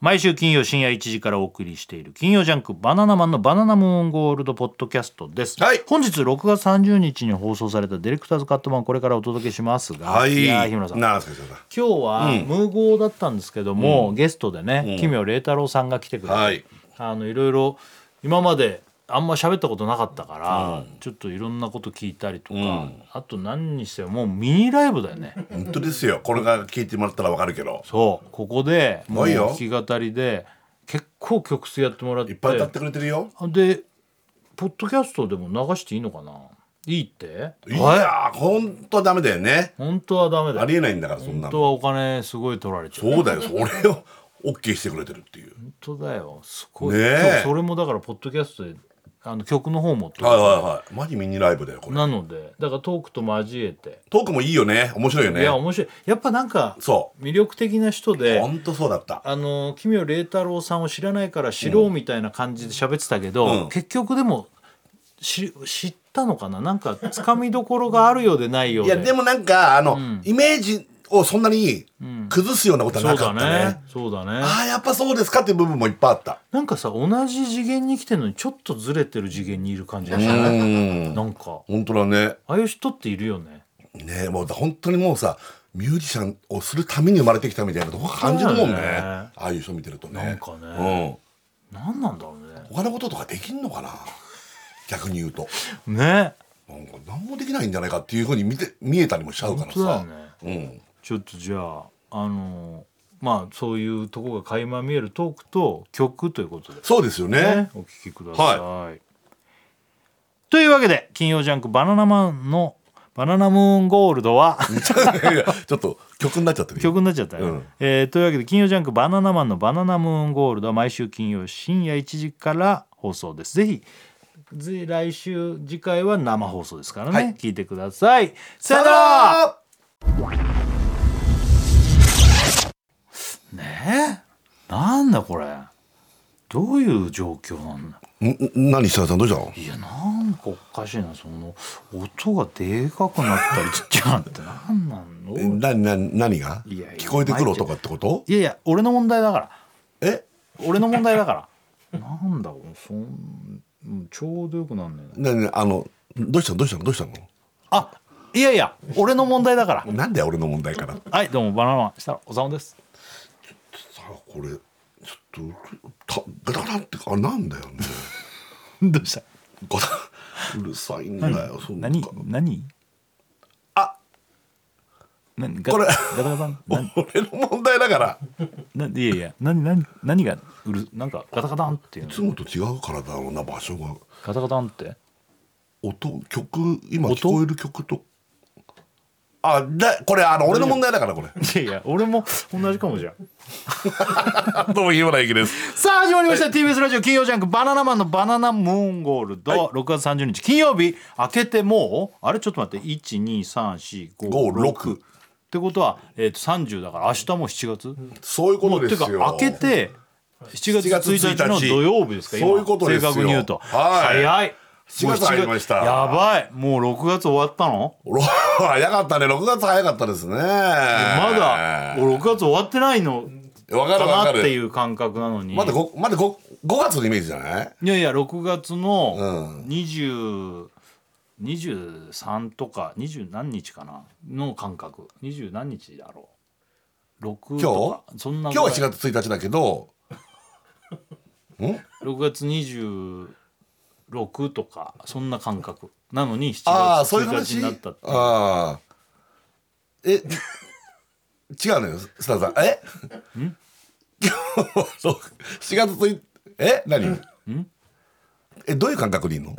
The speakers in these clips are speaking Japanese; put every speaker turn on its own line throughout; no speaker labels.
毎週金曜深夜1時からお送りしている金曜ジャンクバナナマンのバナナムーンゴールドポッドキャストです、
はい
本日6月30日に放送されたディレクターズカット版これからお届けしますが、
はいい。
やー日村さん今
なんですか、ち
日はムーゴーだったんですけども、ゲストでね、奇妙麗太郎さんが来てくれて、
はい
あのいろいろ今まであんま喋ったことなかったから、ちょっといろんなこと聞いたりとか、あと何にしてももうミニライブだよね
ょっと本当ですよ。これが聞いてもらったらわかるけど。
そうここでもう
ないよ
弾き語りで結構曲数やってもらって
いっぱい歌ってくれてるよ。
でポッドキャストでも流していいのかないいって
いやー、本当はダメだよね。
本当はダメだ
あ
よ
りえないんだから、そんなの。
本当はお金すごい取られちゃう
そうだよ。それを OK してくれてるっていう。
本当だよすごい、
ねえ
今日それもだからポッドキャストであの曲の方もってこ
はい
と
はいはい。マジミニライブだよ、これ。
なのでだからトークと交えて、
トークもいいよね。面白いよ
いや
ね。
面白いやっぱなんか
そ
魅力的な人
う。
で
本当そうだった。
あの奇妙麗太郎さんを知らないから知ろうみたいな感じで喋ってたけど、
うん
結局でも知知ったのかななんかつかみどころがあるようでないよう
い
で
や、でもなんか、あの、イメージをそんなに崩すようなことは
そ
な
う
か
だ
ったね。
ねそうだね
ああ、やっぱそうですかっていう部分もいっぱいあった。
なんかさ同じ次元に来てるのにちょっとずれてる次元にいる感じがし
う
ない
ん。
なんか
本当だね。
ああいう人っているよね
ねもう本当にもうさミュージシャンをするために生まれてきたみたいなとこ感じるもんね
そうだよね
ああいう人見てるとね
なんかね何なんだろう
うん、他のこととかできんのかな逆に言うと
ねね
なんか何もできないんじゃないかっていうふうに見て見えたりもしちゃうから
本当だよ
さ、
ね
うん、
ちょっとじゃああのまあそういうとこが垣間見えるトークと曲ということで
そうですよね
ね、お聞きください、というわけで金曜ジャンク「バナナマン」の「バナナムーンゴールド」は
ちょっと曲になっちゃってる
曲になっちゃったよ、
うん
えーというわけで金曜ジャンク「バナナマン」の「バナナムーンゴールド」は毎週金曜深夜1時から放送ですぜひぜ来週次回は生放送ですからね、
はい
聞いてくださいさ
さ
よ
よ
な
な
ら
ら
ねえなんだこれどういう状況なんだ
んん何設楽さんどうしたの
いやなんかおかしいなその音がでかくなったりちっちゃくなってなんなん
え
の
なな何が
いやいや
聞こえてくるとかってこと
いやいや俺の問題だから
え
俺の問題だから なんだろうそんうんちょうどよくなんねえな
ななあのどうしたのどうしたのどうしたの
あいやいや俺の問題だから
なんで俺の問題から
はいどうもバナナマンしたらおさむです
さあこれちょっとたガタガタってあなんだよ ね
どうした
ガタうるさいんだよそんな
何何
あ
何ガ
これ
ガタガタ ン何
俺の問題だから
なんいやいや何何何がうるなんかガタガタンっていう
い
の
つもと違うからだろうな場所が
ガタガタンって
音曲今
音
聞こえる曲とあだこれあの俺の問題だ からこれ
いやいや俺も同じかもじゃん
どうも日村きです
さあ始まりました、TBS ラジオ金曜ジャンク「バナナマンのバナナムーンゴールド」
はい
6月30日金曜日明けてもうあれちょっと待って12345 6
6
ってことは、えー、と30だから明日も7月
そういうこ
も
と
う
で
て
す
か
よ
明けて7月1日
7月
の
1日
土曜日ですか今
そういうことですよ
正確に言うと、
はい
早い
7月入りました
もうやばいもう6月終わったの
ろ 早かったね6月早かったですねま
まだもう6月終わってないの
わか
か
るわ
な
か
ってい
る
う感覚なのに
まだごまだ 5, 5月のイメージじゃない
いやいや6月の
う
2023とか20何日かなの感覚20何日だろう6とかそんな
今日は4
う
月1日だけどん
6月26とかそんな感覚なのに
あ
7
あ
月
そういう
1日
話
になったっていう
ああえ 違うのよスターさんえ 今日はそう4月1日え何えどういう感覚でいいの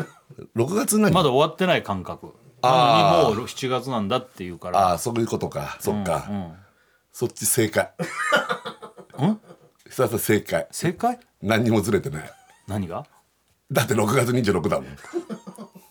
6月何
まだ終わってない感覚
あー
なのにもう7月なんだっていうから
ああそういうことかそっか、
うん
そっち正解
ん
スターさん正解
正解
何にもずれてない
何が
だって6月26だもん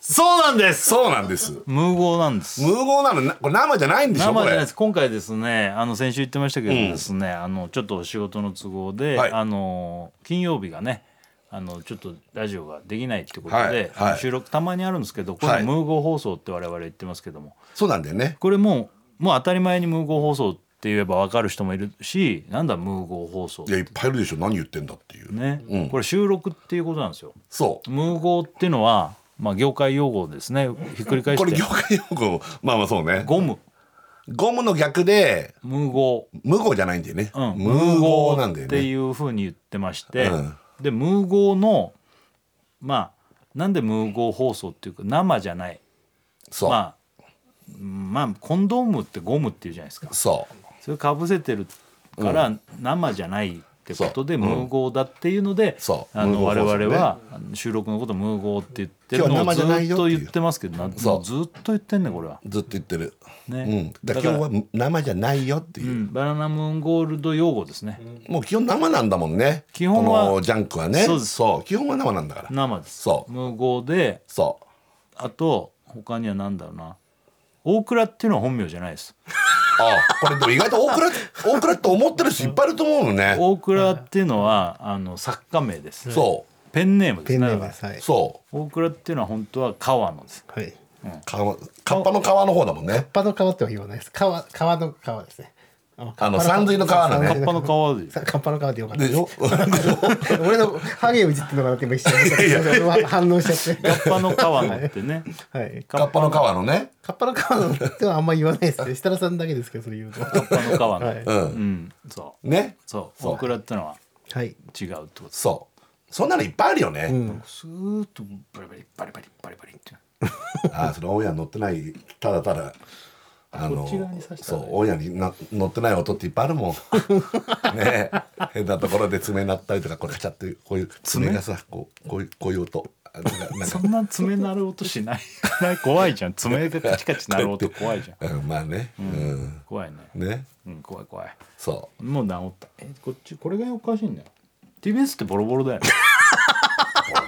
そうなんです
そうなんです
無謀なんです
無謀なのなこれ生じゃないんでしょ
生
こ
じゃない
れ
です今回ですねあの先週言ってましたけどですね、あのちょっとお仕事の都合で、
はい
あの金曜日がねあのちょっとラジオができないってことで、
はいはい
収録たまにあるんですけどこれ
はい
無ーゴー放送って我々言ってますけども
そうなんだよね
これもうもう当たり前に無ーゴー放送って言えば分かる人もいるしなんだ無合放送
いやいっぱいいるでしょ何言ってんだっていう、
ね、
うん
これ収録っていうことなんですよ
そう
無合っていうのは、まあ、業界用語ですねひっくり返
これ
して
業界用語まあまあそうね
ゴム
ゴムの逆で
無合、
無語じゃないんだよね、
うん、
無語なんだよ
無って
ね
いうふうに言ってまして、
うん
で無合のまあなんで無合放送っていうか生じゃない
そう、
まあうんまあコンドームってゴムっていうじゃないですか
そう
それかぶせてるから生じゃないってことで
そううん
無合だっていうので、
そう
あの
無
我
合放送ね
々はあの収録のこと無合って言ってる
今日
の
は
を
生
ず
じゃない
っ
よ
と
っていう
言ってますけどなず
そう
っと言ってんねこれは。
ずっと言ってる、
ね
うん、だから今日は生じゃないよっていうう、
んバナナムーンゴールド用語ですね
もう基本生なんだもんね
基本は
このジャンクはね
そうです
基本は生なんだから
生です
そう
無合で
そ
あと他には何だろうな大倉っていうのは本名じゃないです
うああこれでも意外と大 倉大倉って思ってる人いっぱいいると思うのね
大倉っていうの はあの作家名です
そ
ペンネームで
ペ
す
ンネ
ね
ームですはいう
そ
大倉っていうのは本当は川野です
はい
うかカッパの皮の方だもんね
カッパの皮っては言わないです川川の川ですね
あの山水の川のね
カッパの川で
カッパの川でよかった
でしょ
俺のハゲをいじってんのかなって今一瞬わ反応しちゃって
カッパの川野ってね
はい
カッパの皮のね
カッパの川のってはあんま言わないですね設楽さんだけですけどそれ 言うと
カッパの川野、
はい
うん、
うんそう
ね
そう
そう
大倉ってのは
はい
違うってことです
そうそんなのいっぱいあるよね、
スーッとバリバリバリバリバリバリって
ああそのオンエア乗ってないただただあの
こっち側に刺した
そ
ら
う
ね
オンエアにな乗ってない音っていっぱいあるも んねえ変なところで爪鳴ったりとかこれカチャってこういう爪がさこうこういうこういう音あな んかなん
そ
か
んな爪鳴る音しないない怖いじゃん爪がカチカチ鳴る音怖いじゃん
うんまあねうん、
怖いね
ね
うん怖い怖い
そ
もう治ったえこっちこれがおかしいんだよ TBS ってボロボロだ よね
う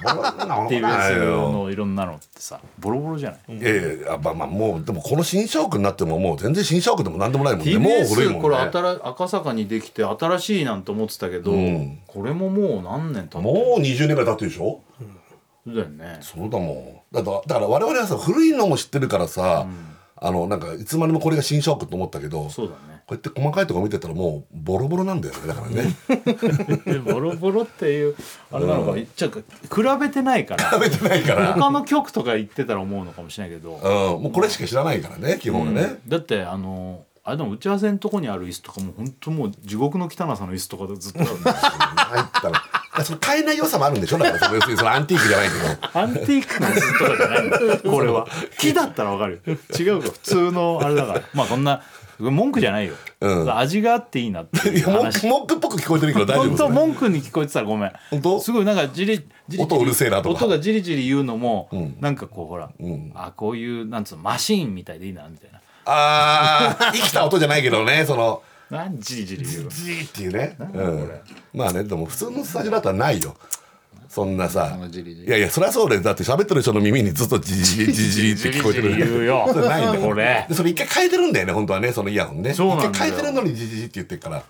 ボロボロな
TBS
よ
のいろんなのってさボロボロじゃない
いやいやあまあまあもうでもこの新社屋になってももう全然新社屋でもなんでもないもんねもう古い
TBS
も
こ
ん
れ
ね
新赤坂にできて新しいなんて思ってたけど、
ん
これももう何年経って
もう20年ぐらい経ってるでしょ
るんだよね
そうだもんだとだから我々はさ古いのも知ってるからさ、あのなんかいつまでもこれが新社屋と思ったけど
そうだ
こうやって細かいとこ見てたらもうボロボロなんだよねだからね
ねボロボロっていうあれなのか言っちゃうか比べてないから
食べてないから、
他の局とか行ってたら思うのかもしれないけど、
うん、もうこれしか知らないからね基本はね、
だってあのあれでも打ち合わせのとこにある椅子とかも本当もう地獄の汚さの椅子とかでずっとあるんだよ
入ったらだからその買えない良さもあるんでしょだからその要するにそのアンティークじゃないけど
アンティークの椅子とかじゃないのこれは木だったらわかるよ違うか普通のあれだから まあそんな文句じゃないよ、
うん
味があっていいなって
い
いう
や文
話
句文句っぽく聞こえてるけど大丈夫
本
です
当
ね
文句に聞こえてたらごめん
本当
すごいなんかじりじり
音うるせえなとか
音がじりじり言うのも、
ん
なんかこうほら、
ん
あこういうなんつうのマシーンみたいでいいなみたいな
ああ生きた音じゃないけどねその
なんじりじり言う
ジーっていうね、う
こ
ん
れ、
まあねでも普通のスタジオだったらないよそんなさ
ジリジリ
いやいやそりゃそうだよだって喋ってる人の耳にずっとジジリジジリって聞こえてる
ジリジリ言うよ
それないんだよ
これ
でそれ一回変えてるんだよね本当はねそのイヤホンね
そうなんだよ
一回変えてるのにジジリって言ってるから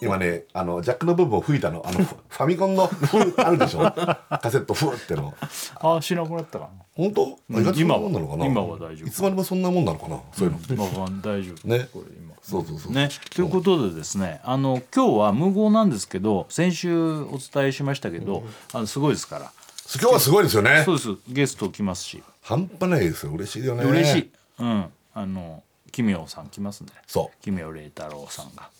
今ねあのジャックの部分を吹いたのあのファミコンのフーあるでしょカセットフーっての
ああしなくなったかな
本当
ん
意外とそんなもんなのかな
今は今は大丈夫
いつまでもそんなもんなのかなそういうの
まあまあ大丈夫
ね
これ今
そうそうそう
ね、ということでですねあの今日は無謀なんですけど先週お伝えしましたけど、あのすごいですから
今日はすごいですよね
そうですゲスト来ますし、
半端ないですよ嬉しいよね
嬉しい、うん、あの奇妙さん来ますんで
そう
奇妙麗太郎さんが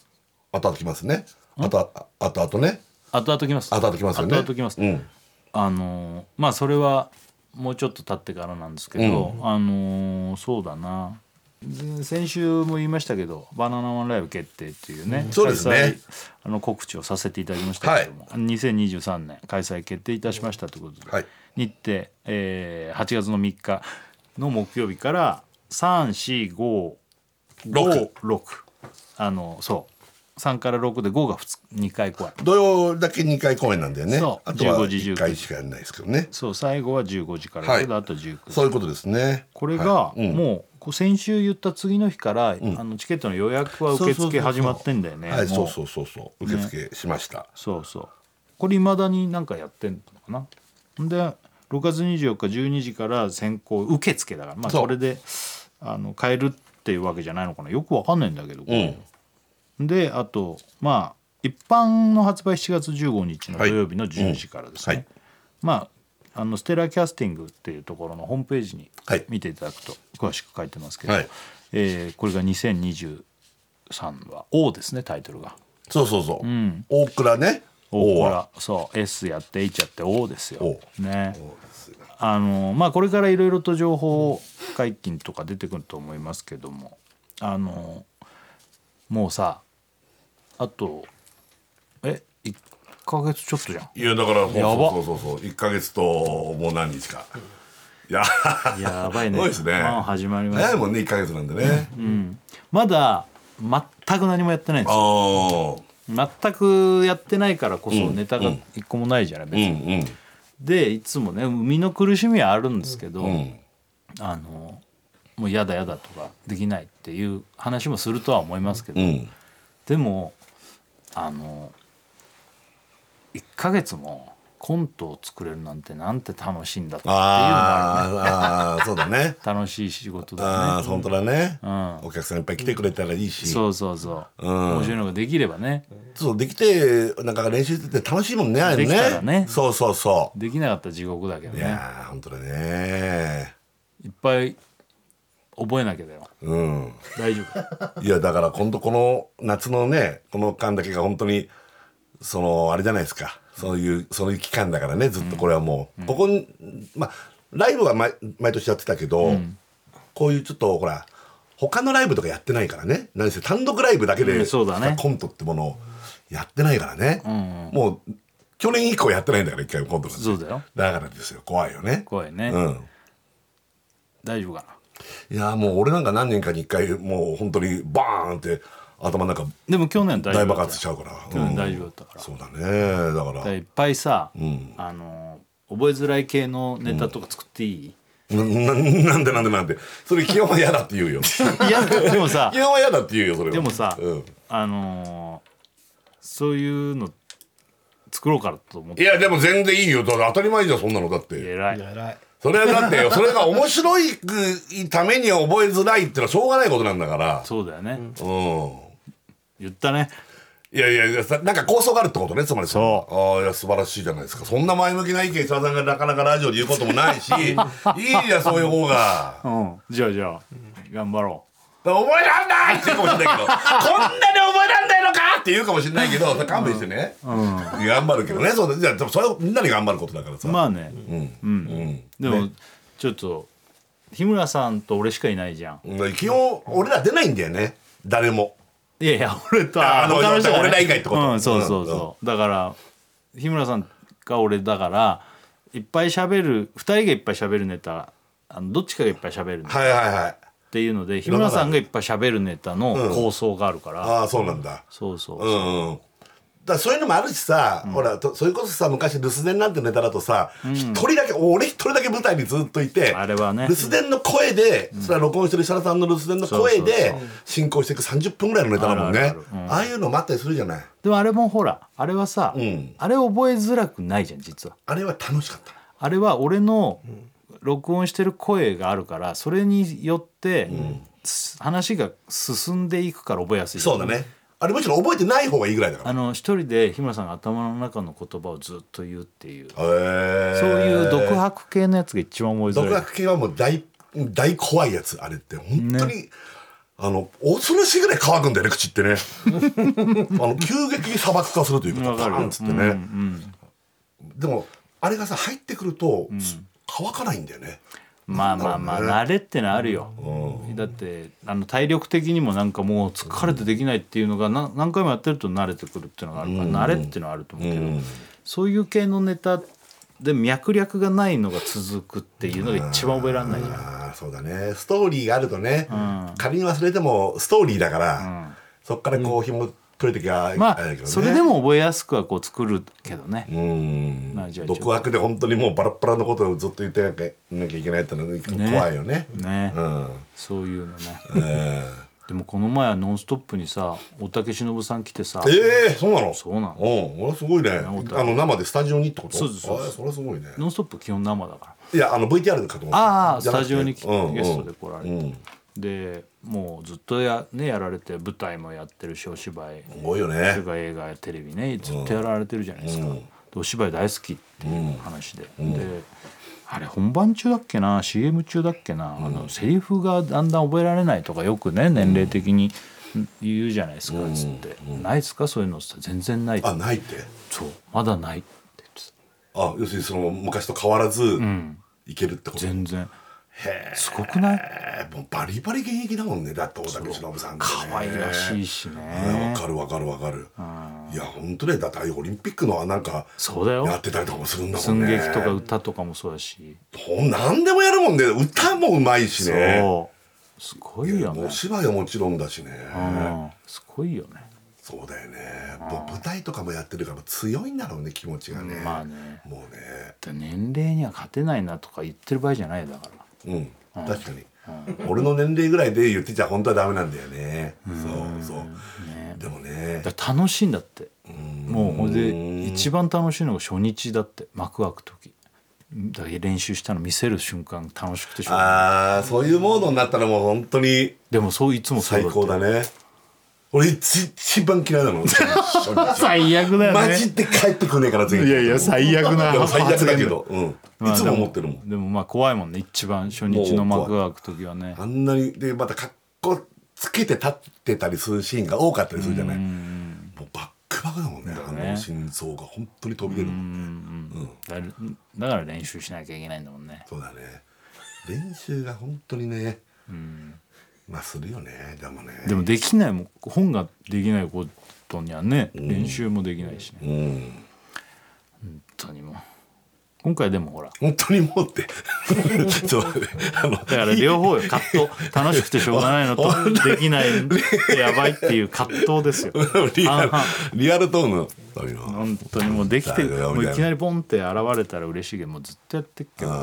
あとあと来ますねあとああとあとね
後々来ます
後々来ますよね
後々来ます、
うん
あのまあそれはもうちょっと経ってからなんですけど、あのそうだな前先週も言いましたけど「バナナマンライブ決定」っていうね、
そうですね
開催あの告知をさせていただきましたけども、2023年開催決定いたしましたということで、
はい
日程、えー8月の3日の木曜日から3456
六
あのそう3から6で5が 2, 2回怖い
土曜だけ2回公演なんだよね
そう
あとは
15時19
1回しかやらないですけどね
そう最後は15時からだけど、
はい
あと19時
そういうことですね
これが
はいうん
もうこう先週言った次の日から、あのチケットの予約は受付始まってんだよね。
はい
も
そうそうそうそう受付しました、
そうそうこれいまだになんかやってんのかな。で6月24日12時から先行受付だからまあ
そう
これであの買えるっていうわけじゃないのかなよくわかんないんだけど、であとまあ一般の発売7月15日の土曜日の10時からですね、
はい
まああのステラキャスティングっていうところのホームページに
はい
見ていただくと詳しく書いてますけど、
はい
えーこれが2023は「王」ですねタイトルが。
そうそうそう、大倉ね
お
大
ほ
は
らそう S やって H やって O ですよ
お
ねあのまあこれからいろいろと情報解禁とか出てくると思いますけどもあのもうさあとえ一1か月ちょっとじゃん
いやだからそう
やば
そうそうそうそう1か月ともう何日かいや
やばい
す
ね
ごいですね
まあ始まりま
早い
す
もんね1か月なんでね、
まだ全く何もやってないんですよ
ああ
全くやってないからこそネタが一個もないじゃない別
うんう
に、
ん
でいつもね身の苦しみはあるんですけど、
うん
あのもう嫌だ嫌だとかできないっていう話もするとは思いますけど、
うん
でもあの1ヶ月もコントを作れるなんてなんて楽しいんだっていうのが
あーあーそうだね
楽しい仕事
あ
だ
あ
ね
本当だね、
ん
お客さんいっぱい来てくれたらいいし
そうそうそう、
ん
面白いのができればね
そうできてなんか練習してて楽しいもんねあれね
できたらね
そうそうそ
できなかったら地獄だけど
うい
ね
やー本当だね
いっぱい覚えなきゃだよ
うん
大丈夫
いやだから今度この夏のねこの間だけが本当にそのあれじゃないですかそういうそういう期間だからねずっとこれはもう、ここにまあライブは毎毎年やってたけど、こういうちょっとほら他のライブとかやってないからね何せ単独ライブだけで、
うんそうだね
コントってものをやってないからね、もう去年以降やってないんだから一回もコントなんて
そうだよ
だからですよ怖いよね
怖いね、
うん
大丈夫かない
やもう俺なんか何年かに一回もう本当にバーンって頭の中
でも去年大丈
大
夫
爆
だった
発しちゃうから、
去年大丈夫だったから
そうだねだから
だからいっぱいさ、
ん
あの覚えづらい系のネタとか作っていい、
なな なんでなんでなんでそれ基本は嫌だって言うよ 基
いやでもさ
本は嫌だって言うよそれは
でもさ、
うん
あのーそういうの作ろうからと思っ
い
て
やでも全然いいよだって当たり前じゃんそんなのだって
偉い
偉い
それはだってよそれが面白いためには覚えづらいってのはしょうがないことなんだから
そうだよね、
うん
言ったね
いやいやいやさなんか構想があるってことねつまり
そ
ああいや素晴らしいじゃないですかそんな前向きな意見さださんがなかなかラジオで言うこともない しいいやそういう方が。
うんじゃあじゃあ頑張ろ
覚えらんないって言うかもし れないけどこんなに覚えらんないのかって言うかもしれないけど勘弁してね、頑張るけどねそうじゃあでもそれはみんなに頑張ることだからさ、
うまあね、
うん
でも、ちょっと日村さんと俺しかいないじゃん
基本俺ら出ないんだよね誰も
いやいや俺と
ああの
他の人がね
俺ら以外ってこと
うんそうそうそうだから日村さんが俺だからいっぱい喋る2人がいっぱい喋るネタあのどっちかがいっぱい喋るネタっ
はいはいはい
ていうので日村さんがいっぱい喋るネタの構想があるから、
ああそうなんだ
そうそう、
うんうんだからそういうのもあるしさ、ほらとそれこそさ昔「留守電」なんてネタだとさ一、人だけ俺一人だけ舞台にずっといて
あれはね
留守電の声で、それは録音してる設楽さんの留守電の声で
そう
進行していく30分ぐらいのネタだもんね
あ
あ
る
あ
あるあるうん
いうのもあったりするじゃない
でもあれもほらあれはさ、
ん
あれ覚えづらくないじゃん実は
あれは楽しかった
あれは俺の録音してる声があるからそれによって、話が進んでいくから覚えやすい
そうだねあれむしろ覚えてない方がいいぐらいだから
あの一人で日村さんが頭の中の言葉をずっと言うってい
へ
う、
え
そういう独白系のやつが一番思いづ
独
らい
白系はもう大大怖いやつあれって本当に、あの恐ろしいぐらい乾くんだよね口って ねあの急激に砂漠化するというか
わか
パ
る
ーンっつってね、でもあれがさ入ってくると、乾かないんだよね
まあまあまあ慣れってのあるよ、だってあの体力的にもなんかもう疲れてできないっていうのがな何回もやってると慣れてくるっていうのがあるから、慣れっていうのはあると思うけど、そういう系のネタで脈略がないのが続くっていうのが一番覚えられないじゃん、
ああそうだねストーリーがあるとね、仮に忘れてもストーリーだから、そっからこう紐取る時は
ま
れだ
あ
けどね
それでも覚えやすくはこう作るけどね、
うん
まあじゃあちょっと
独白で本当にもうバラッバラのことをずっと言ってなきゃなきゃいけないってのは怖いよね
ね、
うん
そういうのね
え
でもこの前は「ノンストップ!」にさおたけしのぶさん来てさ
ーえーそうなの
そうなの
うん俺すごいねあ
こと
の生でスタジオにってこと
そうですそうです
あそれはすごいね
「ノンストップ!」基本生だから
いやあの VTR かと思った
ああ
じ
ス
ゃな
タ
くて
ジオに来て
うんうん
ゲストで来られて、
うん
でもうずっとや,、ね、やられて舞台もやってるしお芝居
多いよ
それ
ね
から映画やテレビねずっとやられてるじゃないですか、でお芝居大好きっていう話で、であれ本番中だっけな CM 中だっけな、あのセリフがだんだん覚えられないとかよくね年齢的に言うじゃないですかつって「ないですかそういうの」っつったら全然ない」
あないって
そうまだない」って言ってた
あ要するにその昔と変わらず、いけるってこと
全然
へ
すごくない
えもうバリバリ現役だもんねだって大竹しのぶさんってね
可愛らしいし
うん
ね
わかるわかるわかるいや本当ねだってああいうオリンピックのなんか
そうだよ
やってたりとかもするんだもん
寸
ね
劇とか歌とかもそうだし
ほん何でもやるもんね歌もうまいしね
そうすごいよ
もう
ね
お芝居はもちろんだしね
うんすごいよね
そうだよねもう舞台とかもやってるから強いんだろうね気持ちがね
まあね
もうね
だ年齢には勝てないなとか言ってる場合じゃないよだから
うん、確かに、俺の年齢ぐらいで言ってちゃ本当はダメなんだよね、そうそう、
ね
でもね
だから楽しいんだってもうほんで一番楽しいのが初日だって幕開く時だから練習したの見せる瞬間楽しくてしょうがない
ああそういうモードになったらもう本当に
でもそういつもそう
最
だって
高だね俺一一番嫌い なの
最悪だよね
マジで帰ってくんねえから次
いやいや最悪な
でも最悪
発
だけ
言だ
ど、うん
まあ
いつも思ってるもん、
でもまあ怖いもんね一番初日の幕が開く時はね
あんなにでまた格好つけて立ってたりするシーンが多かったりするじゃないもうバックバックだもんね
ね
あの心臓が本当に飛び出るもん
だだから練習しなきゃいけないんだもんね
そうだね練習が本当にね、まあするよねでもね
でもできないもん本ができないことにはね練習もできないしね
うん
本当にもう今回でもほら
本当にもうって ちょっとねあの
だから両方よ葛藤楽しくてしょうがない のとできないってやばいっていう葛藤ですよ
リア
半
ル
々
リアルトーンのそういうの
本当にもうできて
だよ
もういきなりボンって現れたら嬉しいけどもうずっとやってっけど
あ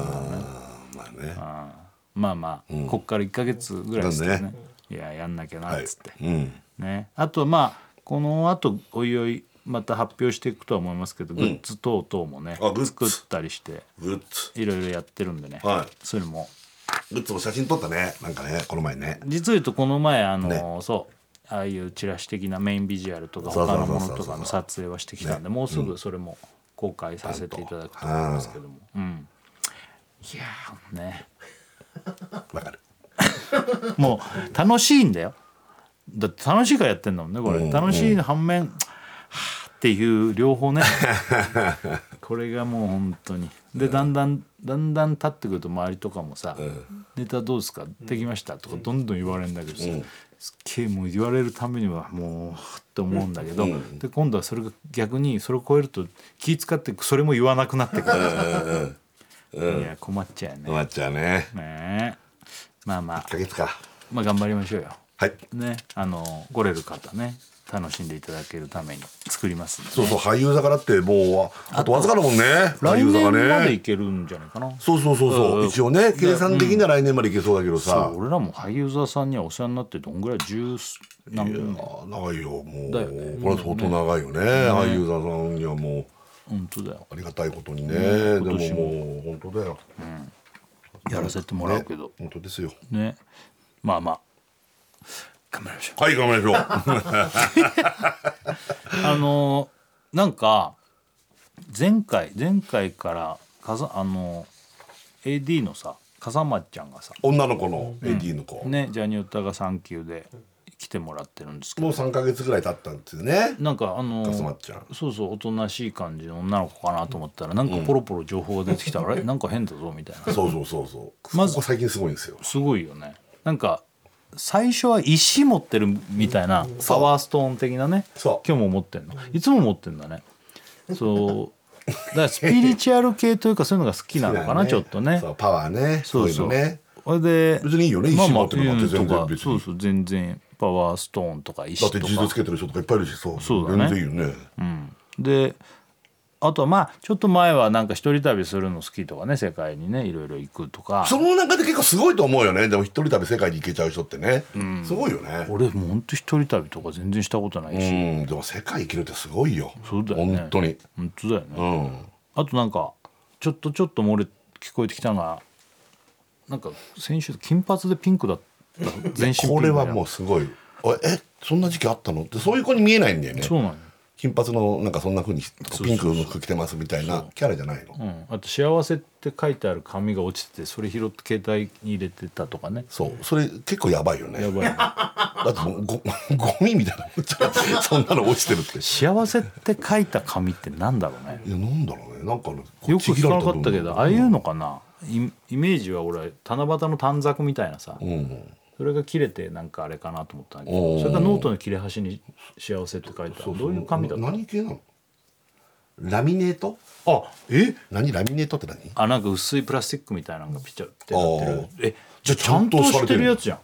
ーまあね
まあまあ、こっから1か月ぐらいですけどね
なんで
いややんなきゃな
は
っ
い
つって、
うん
ね、あとまあこのあとおいおいまた発表していくとは思いますけど、グッズ等々もね
あグッズ
作ったりして
グッズ
いろいろやってるんでね、
はい
それも
グッズも写真撮ったねなんかねこの前ね
実を言うとこの前あの、
ね
そうああいうチラシ的なメインビジュアルとか
そうそう
他
そう
の
そう
ものとかの撮影はしてきたんでもうすぐそれも公開させていただくと思いますけども、うん、いやーね
わかる
もう楽しいんだよだって楽しいからやってんだもんねこれ、楽しいの反面、はあっていう両方ね これがもう本当にでだんだんだんだん立ってくると周りとかもさ「ネタどうですかできました?」とかどんどん言われるんだけどさ、すっげえもう言われるためにはもうはあって思うんだけど、で今度はそれが逆にそれを超えると気使ってそれも言わなくなってくる、いや困っちゃうよね
終わっちゃうね
ねえまあまあ
1ヶ月か
まあ頑張りましょうよ。
はい
ね、あの来れる方ね楽しんでいただけるために作りますんでね、
そうそう俳優座からってもうあとわずかだもんね俳
来
優座が
年まで
ね
いけるんじゃないかな。
そうそうそうそううん一応ね計算的には来年までいけそうだけど
そ
さ
う俺らも俳優座さんにはお世話になってどんぐらい十何年
あ長いよもう
だよね
これは相当長いよね俳優座さんにはもう
本当だよ
ありがたいことにね、で
今年も
ももう本当だよ
やらせてもらうけど
本当ですよ
ねまあまあ頑張りましょう。
はい頑張りましょ う
あのなんか前回前回からかざあの AD のさ笠松ちゃんがさ
女の子の AD の子、
ねジャニオタが産休で来てもらってるんですけど
もう3か月ぐらい経ったんですよね
なんかあの
かすまっちゃん
そうそうおとなしい感じの女の子かなと思ったらなんかポロポロ情報が出てきたら、あれ なんか変だぞみたいな
そうそうそうそう、
まず
ここ最近すごいんですよ
すごいよねなんか最初は石持ってるみたいなパワーストーン的なね
そ
今
う
日も持ってんのいつも持ってんだね そうだからスピリチュアル系というかそういうのが好きなのかな、ちょっとね
そうパワーね
そうそう
いのね
それで
別にいいよね
まあま
石持
あ
ってるのだって全然
うんとか
別に
そうそう全然パワーストーンとか
だ
石
っ
と
て
か
地図つけてる人とかいっぱいいるしそう
そうだね
全然いいよね、
うん、であとはまあちょっと前はなんか一人旅するの好きとかね世界にねいろいろ行くとか
その中で結構すごいと思うよねでも一人旅世界に行けちゃう人ってね、すごいよね
俺もうほんと一人旅とか全然したことな
う
いし、
んでも世界行けるってすごいよ
そうだよね
本当に
本当だよね、
うん
あとなんかちょっとちょっと漏れ聞こえてきたのがなんか先週金髪でピンクだっ全身ピンク
これはもうすごいあえそんな時期あったのってそういう子に見えないんだよね
そうなのよ
金髪のなんかそんなふうにピンクの服着てますみたいなキャラじゃないの
うん、あと「幸せ」って書いてある紙が落ちててそれ拾って携帯に入れてたと かね
そうそれ結構やばいよね
やばいね
だってもうごゴミみたいなもんじゃ んそんなの落ちてるって
幸せって書いた紙ってなんだろうね
いやなんだろうねなんかね
よく聞かなかったけどああいう
の
のかな、イイメージは俺七夕の短冊みたいなさ、
うん
それが切れてなんかあれかなと思ったんだけ
お
ど
ー
それがノートの切れ端に「幸せ」って書いてあ
そ
る
そ
どういう紙だった
何系なのラミネート
あえ
何ラミネートって何
あなんか薄いプラスチックみたいなのがピチャってなってるえ
じ
じ
ゃあ
ゃ
ち
ち
ゃ
ゃ
ん
ん
と
と
さ
し
れて
て
る
るやつじゃん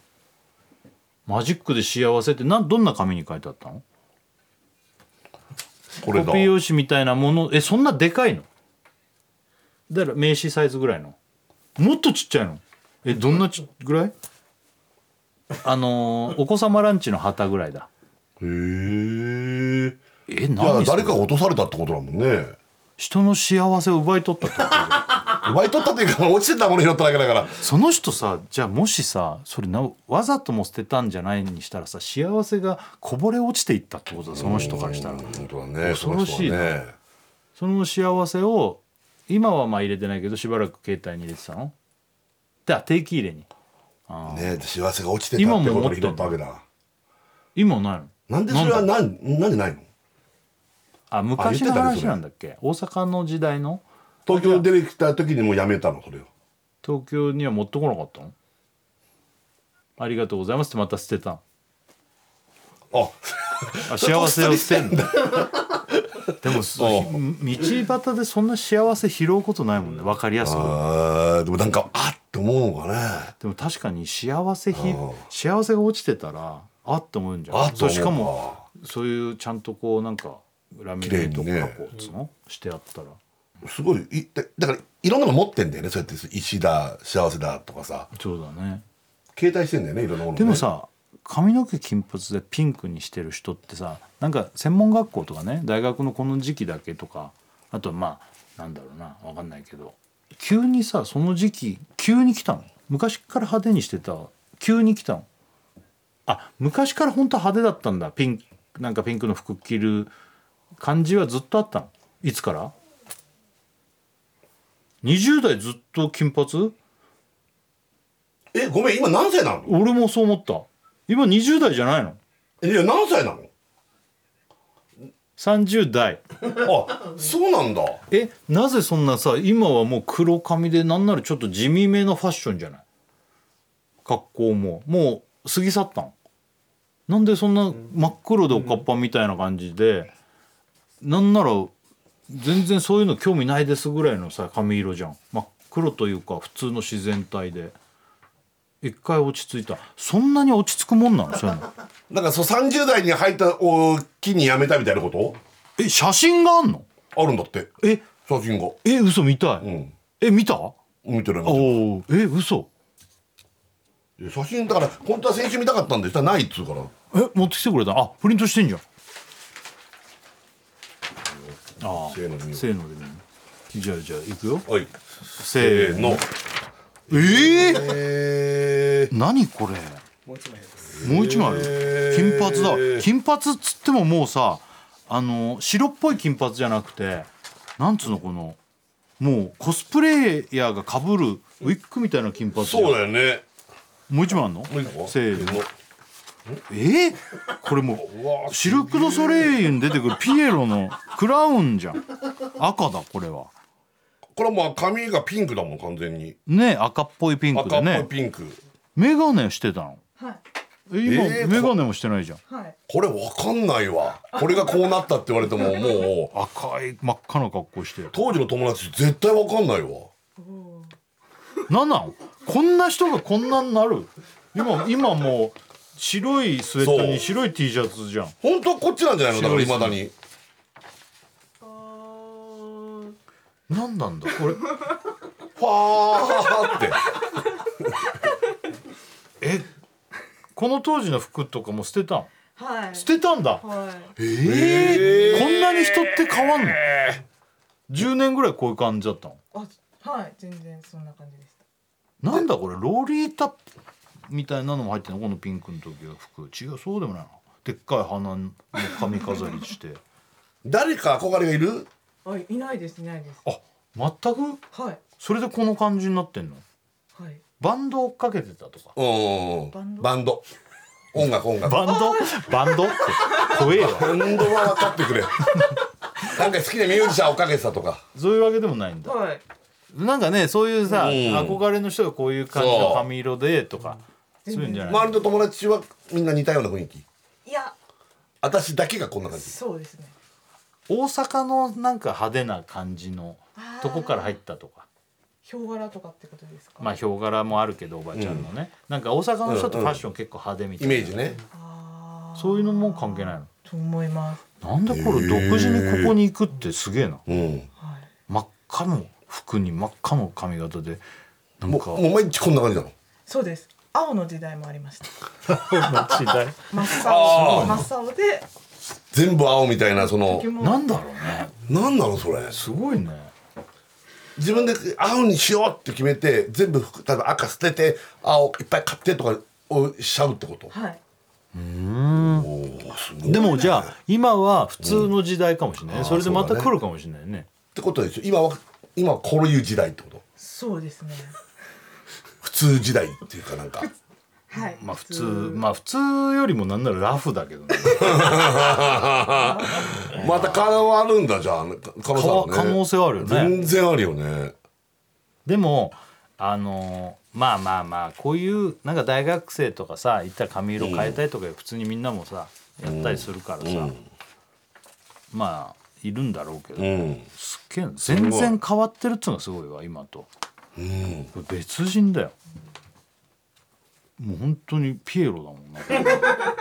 マジックで幸せってなんどんな紙に書いてあったの
これだ
コピー用紙みたいなものえそんなでかいのだから名刺サイズぐらいのもっとちっちゃいのえどんなちぐらいあのーお子様ランチの旗ぐらいだ
へえ
え
じゃあ
何そ
誰
れ
かが落とされたってことだもんね
人の幸せを奪い取ったって こと
奪い取ったっていうか落ちてたもの拾っただけだから
その人さじゃあもしさそれなわざとも捨てたんじゃないにしたらさ幸せがこぼれ落ちていったってことだその人からしたら
本当だね
恐ろしい
その人
な
はね
その幸せを今はまあ入れてないけどしばらく携帯に入れてたのだ定期入れにあー
ね幸せが落ちてたってことで拾ったわけだ
今ないの
なんでそれは
なんだ
なんなんでないの
あ昔の
あ言ってたねそ
話
れ
なんだっけ大阪の時代の
東京出てきた時にもうやめたのそれを
東京には持ってこなかったのありがとうございますってまた捨てたの
あ
あ幸せを捨てん の
だ
で もそう道端でそんな幸せ拾うことないもんね分かりやすく
あーでもなんかあっって思うのかね
でも確かに幸せひ
うん
幸せが落ちてたらあって思うんじゃん
あっと
そう
思う
しかもそういうちゃんとこうなんかラミネート
綺麗にね
加工っつうのしてあったら
すごいいだだからいろんなの持ってんだよねそうやって石だ幸せだとかさ
そうだね
携帯してんだよねいろんなもの、ね、
でもさ髪の毛金髪でピンクにしてる人ってさなんか専門学校とかね大学のこの時期だけとかあとまあなんだろうな分かんないけど急にさその時期急に来たの昔から派手にしてた急に来たのあ昔から本当派手だったんだピンクなんかピンクの服着る感じはずっとあったのいつから ?20 代ずっと金髪
えごめん今何歳なの
俺もそう思った今20代じゃないの
えいや何歳なの
30代
あそうなんだ
えなぜそんなさ今はもう黒髪でなんならちょっと地味めなファッションじゃない格好ももう過ぎ去ったんなんでそんな真っ黒でおかっぱみたいな感じで、なんなら全然そういうの興味ないですぐらいのさ髪色じゃん真っ黒というか普通の自然体で一回落ち着いたそんなに落ち着くもんなのそういうの
なんかそう30代に入ったお木にやめたみたいなこ
え写真があんの
とあるんだって
え
写真が
え嘘見たい、
うん
え見た
見てる見てる
おおえ嘘
いや写真だから本当は先週見たかったんですないっつうから
え持ってきてくれたあプリントしてんじゃんああ
せーので見よう
せーので見ようじゃあじゃあいくよ
はい
せーの
の
ええ
えー、
何これ
もう一枚です
もう一枚ある
え
金
ー
髪だ金髪っつってももうさあの白っぽい金髪じゃなくてなんつうのこのもうコスプレイヤーがかぶるウィッグみたいな金髪じゃん
そうだよね
もう一枚あんの
もう一個
せーの
の
えー、これも
うわ
うシルク・ド・ソレイユに出てくるピエロのクラウンじゃん赤だこれは
これはまあ髪がピンクだもん完全に
ね赤っぽいピンク
赤
で
っぽい
ね
ピンク
メガネしてたの
はい。
え今、
えー
メガネもしてないじゃん
はい。
これわかんないわこれがこうなったって言われてももう
赤い真っ赤な格好して
当時の友達絶対わかんないわ
なんなんこんな人がこんなになる今今もう白いスウェット
そう
に白い T シャツじゃん
本当はこっちなんじゃないのだからいまだに
あー
なんなんだこれ
ファーって
えこの当時の服とかも捨てたん
はい。
捨てたんだ
はい。
え
え
ー
ーこんなに人って変わんの10年ぐらいこういう感じだったの
あ、はい。全然そんな感じでした。
なんだこれローリータみたいなのも入ってんのこのピンクの時は服違うそうでもないのでっかい花の髪飾りして
誰か憧れがいる
あいないですいないです
あ全く
はい
それでこの感じになってんの
はい
バンド追っかけてたとか
うん
バンド
バンド音楽音楽
バンドバンドって怖えわ
バンドは分かってくれなんか好きなミュージシャン追っかけてたとか
そういうわけでもないんだ
はい
なんかねそういうさ、
うん
憧れの人がこういう感じの髪色でとかそういうんじゃない、
周りの友達はみんな似たような雰囲気
いや
私だけがこんな感じ
そうですね
大阪のなんか派手な感じの
あー
とこから入ったとか
ヒョウ柄とかってことですか
まあヒョウ柄もあるけどおばちゃんのね、なんか大阪の人ってファッション結構派手みた
イ
いな、
メージね
あー
そういうのも関係ないの
と思います
なんでこれ独自にここに行くってすげえな
うん
はい
真っ赤の服に真っ赤の髪型でなん
も
か
う もう毎日こんな感じなの
そうです青の時代もありました
時代
真っ
あ
青
ー
真っ青で
全部青みたいなその
時も
なんだろうね
なんなのそれ
すごいね
自分で青にしようって決めて全部服例えば赤捨てて青いっぱい買ってとかをしちゃうってこと
はい
おーすごいね
でもじゃあ今は普通の時代かもしれない、ね
うん
それでま
あ
た
ーそうだね
来るかもしれないね
ってことでしょ今は今はこういう時代ってこと
そうですね
普通時代っていうかなん か
はい
まあ普通まあ普通よりもなんならラフだけどね
また可能はあるんだじゃあ可能性あるね
可能性はあるよね
全然あるよね
でもあのまあまあまあこういうなんか大学生とかさいったら髪色変えたいとか普通にみんなもさやったりするからさ、まあいるんだろうけど、
うん
すっげえな全然変わってるっつうのがすごいわ今と
うん
別人だよもう本当にピエロだもん な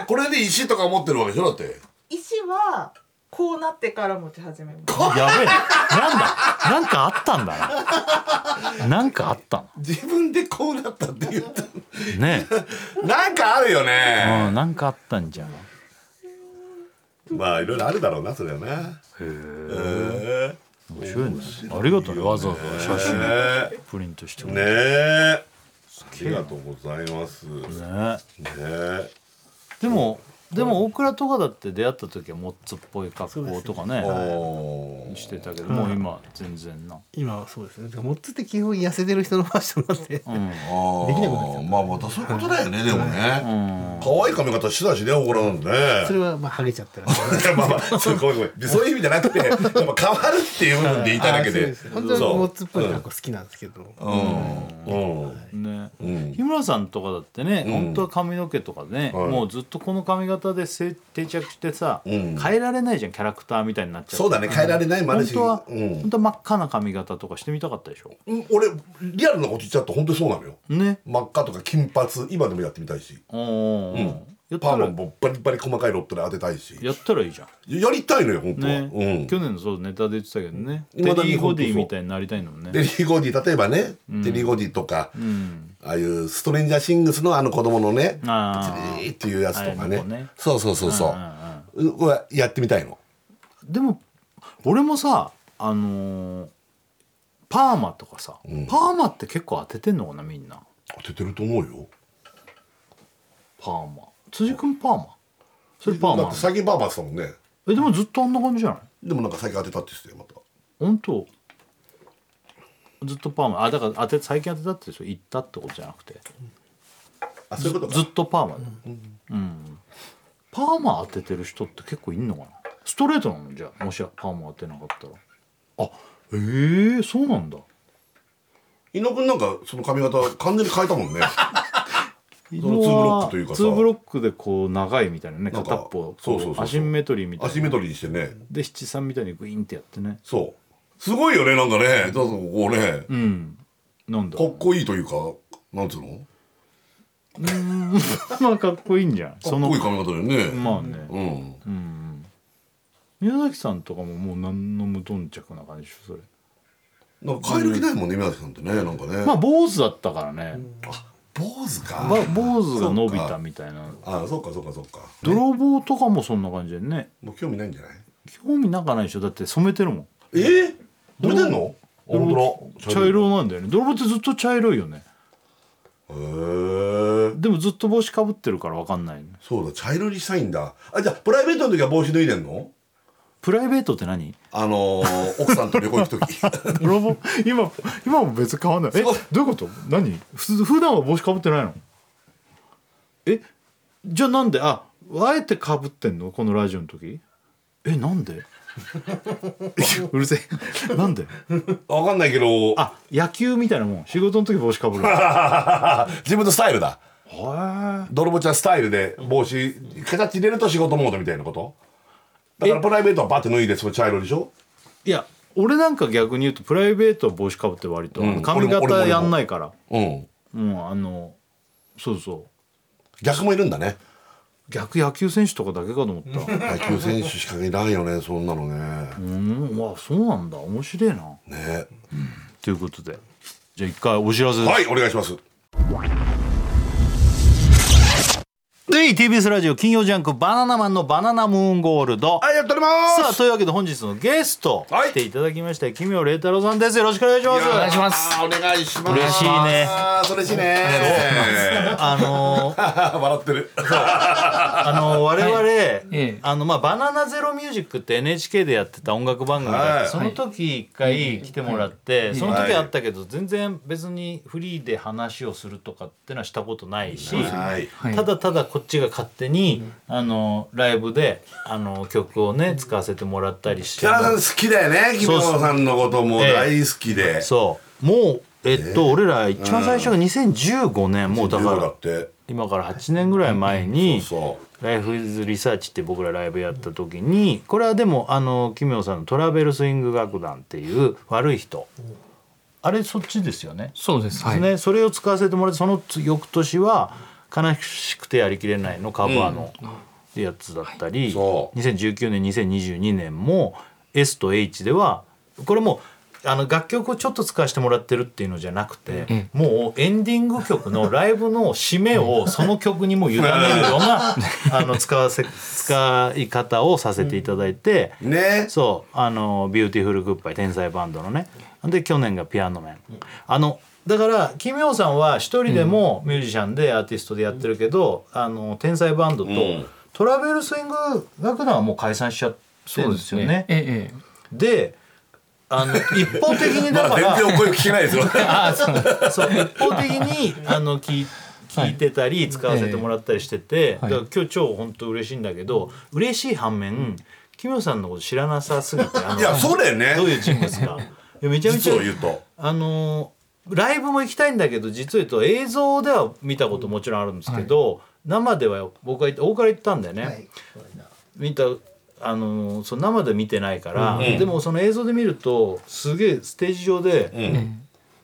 これで石とか持ってるわけでしょだって
石はこうなってから持ち始めます
やべえなんだなんかあったんだななんかあった
自分でこうなったって言 った
のねえ、
なんかあるよね
うん、なんかあったんじゃんへ
まあいろいろあるだろうなそれはね
え
へ
面白いねありがとうねわざわざ写真
え
プリントしてく
ね
れて
えありがとうございますね
ね
え
でもでも大倉とかだって出会った時はモッツっぽい格好とかね
おー
してたけどもう今全然な
今はそうですね。モッツって基本痩せてる人のファッションなんで。
うん
あー
できなくなっちゃった
まあまたそういうことだよねでも
う
ね
ん
可愛い髪型してたしね怒らんね
それはまあハゲちゃったら。
い やまあまあそうごめんごめんそういう意味じゃなくてやっぱ変わるっていう部分で言いたいだけ
あそう
です
本当にモッツっぽい格好好きなんですけど。
うんうん
ね
うん
日村さんとかだってね、本当は髪の毛とかね、
はい
もうずっとこの髪型でせ定着してさ、
うん
変えられないじゃんキャラクターみたいになっちゃって
そうだね変えられないマネ
本
し
当は、
うん
本当は真っ赤な髪型とかしてみたかったでしょ
うん俺リアルなこと言っちゃうと本当にそうなのよ
ね
真っ赤とか金髪今でもやってみたいし
うん、やった
パーマ
ら
もバリバリ細かいロットで当てたいし
やったらいいじゃん
やりたいのよ本当は、
ね、
うん
去年のそうネタで言ってたけどねテ
未
リ
だに
ー・ゴ
本当そう
ディみたいになりたいのもん
テ
ね
リー・ゴディ例えばね、テリー・ゴディとか、
うん
ああいうストレンジャー・シングスのあの子供のね
あー
チリーっていうやつとか
あれ
ね
の子ね
そうそうそうそう,、うこれやってみたいの
でも俺もさあのーパーマとかさ、パーマって結構当ててんのかなみんな
当ててると思うよ
パーマ辻君パーマそれパー
だ
マ
って最近バーバーってたもんね
えでもずっとあんな感じじゃない
でもなんか最近当てたって言ってたよまた
本当ずっとパーマあだから当て最近当てたってでしょ行ったってことじゃなくて
あそういうことか
ずっとパーマだようん、パーマ当ててる人って結構いんのかなストレートなのじゃあもしパーマ当てなかったらあええー、そうなんだ
伊野くんなんかその髪型完全に変えたもんね
ツ
のツーブロックというかさ
ツーブロックでこう長いみたいな
な
ね
んか
片っぽ
そうそうそうそう
アシンメトリーみた
ア
い
シン
な
メトリーにしてね
で七三みたいにグインってやってね
そうすごいよねなんかねどうぞこうね
うんなんだ
かっこいいというかなんつうの
まあかっこいいんじゃん
か
そ
っ
の
こいい髪型だよね、
まあね、
うん
宮崎さんとかももう何の無頓着な感じでしょそれ
なんか変える気ないもんね宮崎さんってねなんかね、
まあ坊主だったからね、
坊主か、
ま坊主が伸びたみたいな
ああそうかそうかそうか
泥棒とかもそんな感じでね
もう興味ないんじゃない
興味なんかないでしょだって染めてるもん
えー、どれてんの本当だ
茶色なんだよね泥棒ってずっと茶色いよね
へえ
でもずっと帽子かぶってるから分かんないの
そうだ茶色にしたいんだあじゃあプライベートの時は帽子脱いでんの
プライベートって何
あの ー、奥さんと旅行行く時
俺も今今も別に変わんないえど
そう
ういうこと何普通普段は帽子かぶってないのえじゃあなんでああえてかぶってんのこのラジオの時えなんで うるせえなんで
わかんないけど
あ野球みたいなもん仕事の時帽子かぶ るへ
自分のスタイルだ
え
泥棒ちゃんスタイルで帽子形入れると仕事モードみたいなことだからプライベートはバッて脱いでその茶色でしょ
いや俺なんか逆に言うとプライベートは帽子かぶって割と、
うん
髪
俺も俺
型
も
やんないから
うん
うんあのそうそう
逆もいるんだね
逆野球選手とかだけかと思った
野 球選手しかいないよねそんなのね
うんうわそうなんだ面白いな
ね
ということでじゃあ一回お知らせです、
はいお願いします
で TBS ラジオ金曜ジャンク「バナナマンのバナナムーンゴールド」
はいやっております
さあというわけで本日のゲスト、
はい
来ていただきました奇妙麗太郎さんですよろしくお願いします
お願いし
ます
お願いします
嬉しいね
あー嬉しいね
あ のー
笑ってる
あのー我々、
え
あのまあバナナゼロミュージックって NHK でやってた音楽番組があって、
はい
その時一回来てもらって、その時あったけど全然別にフリーで話をするとかってのはしたことないし、
はい
はい
ただただこっちが勝手に、あのライブであの曲をね使わせてもらったりして
北原さん好きだよね木
そう
村
そう
さんのことも
ええ
大好きで
そうもうえっと、俺ら一番最初が2015年もうだか
だ
ら
って
今から8年ぐらい前に
そう
「ライフイズリサーチって僕らライブやった時にこれはでもあの奇妙さんの「トラベルスイング楽団」っていう悪い人あれそっちですよね。
そうです。はい。
ねそれを使わせてもらってその翌年は「悲しくてやりきれない」のカバーのやつだったり、
そう
2019年2022年も S と H ではこれもあの楽曲をちょっと使わせてもらってるっていうのじゃなくて、もうエンディング曲のライブの締めをその曲にも委ねるようなあの使わせ使い方をさせていただいて。
ね
そうあのビューティフルグッバイ天才バンドのねで去年がピアノメンあのだから奇妙さんは一人でもミュージシャンでアーティストでやってるけど、あの天才バンドと、
ん
トラベルスイング楽団はもう解散しちゃってるんですよね。
ええええ。
であの一方的にだ
ま
か
だ
ら、
全然お声聞けないですよ
そう一方的にあの聞い聞いてたり使わせてもらったりしてて、
はい
だから今日超本当嬉しいんだけど嬉しい反面奇妙さんのこと知らなさすぎてあ の
いやそうだよね
どういう人物か。いやめちゃめち
実
ゃ
を言うと
あのーライブも行きたいんだけど実を言うと映像では見たこともちろんあるんですけど、生では僕は行って大から行ったんだよね。
はい
見たあのーそう生で見てないから、
ん
でもその映像で見るとすげえステージ上
う
で、
ん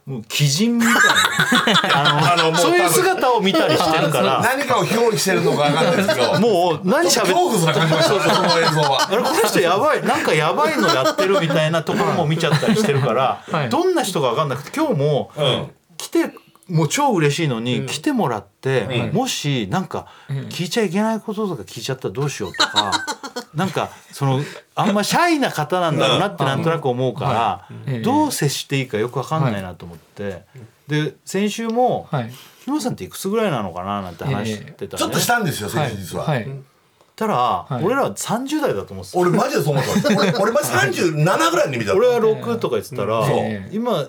もう鬼人みたい なあの
あのもう多分
そういう姿を見たりしてるから
何かを表現してるのか分かんないですけどう
もう何喋って
恐怖すら感じましたその映像は
あれこの人やばいなんかやばいのやってるみたいなところも見ちゃったりしてるから、
はい
どんな人か分かんなくて今日も
ん
来て、もう超嬉しいのに、来てもらって、もしなんか聞いちゃいけないこととか聞いちゃったらどうしようとか、 なんかそのあんまシャイな方なんだろうなってなんとなく思うから、
はい
どう接していいかよく分かんないなと思って。で先週も、
はい。
木村さんっていくつぐらいなのかななんて話してた、ね
ちょっとしたんですよ
は
先
い。
日実は、
はい。
たら、
い
俺らは30代だと思ってた
俺マジでそう思った俺俺マジ37ぐらいに見た
俺は6とか言ってたら、
そう
今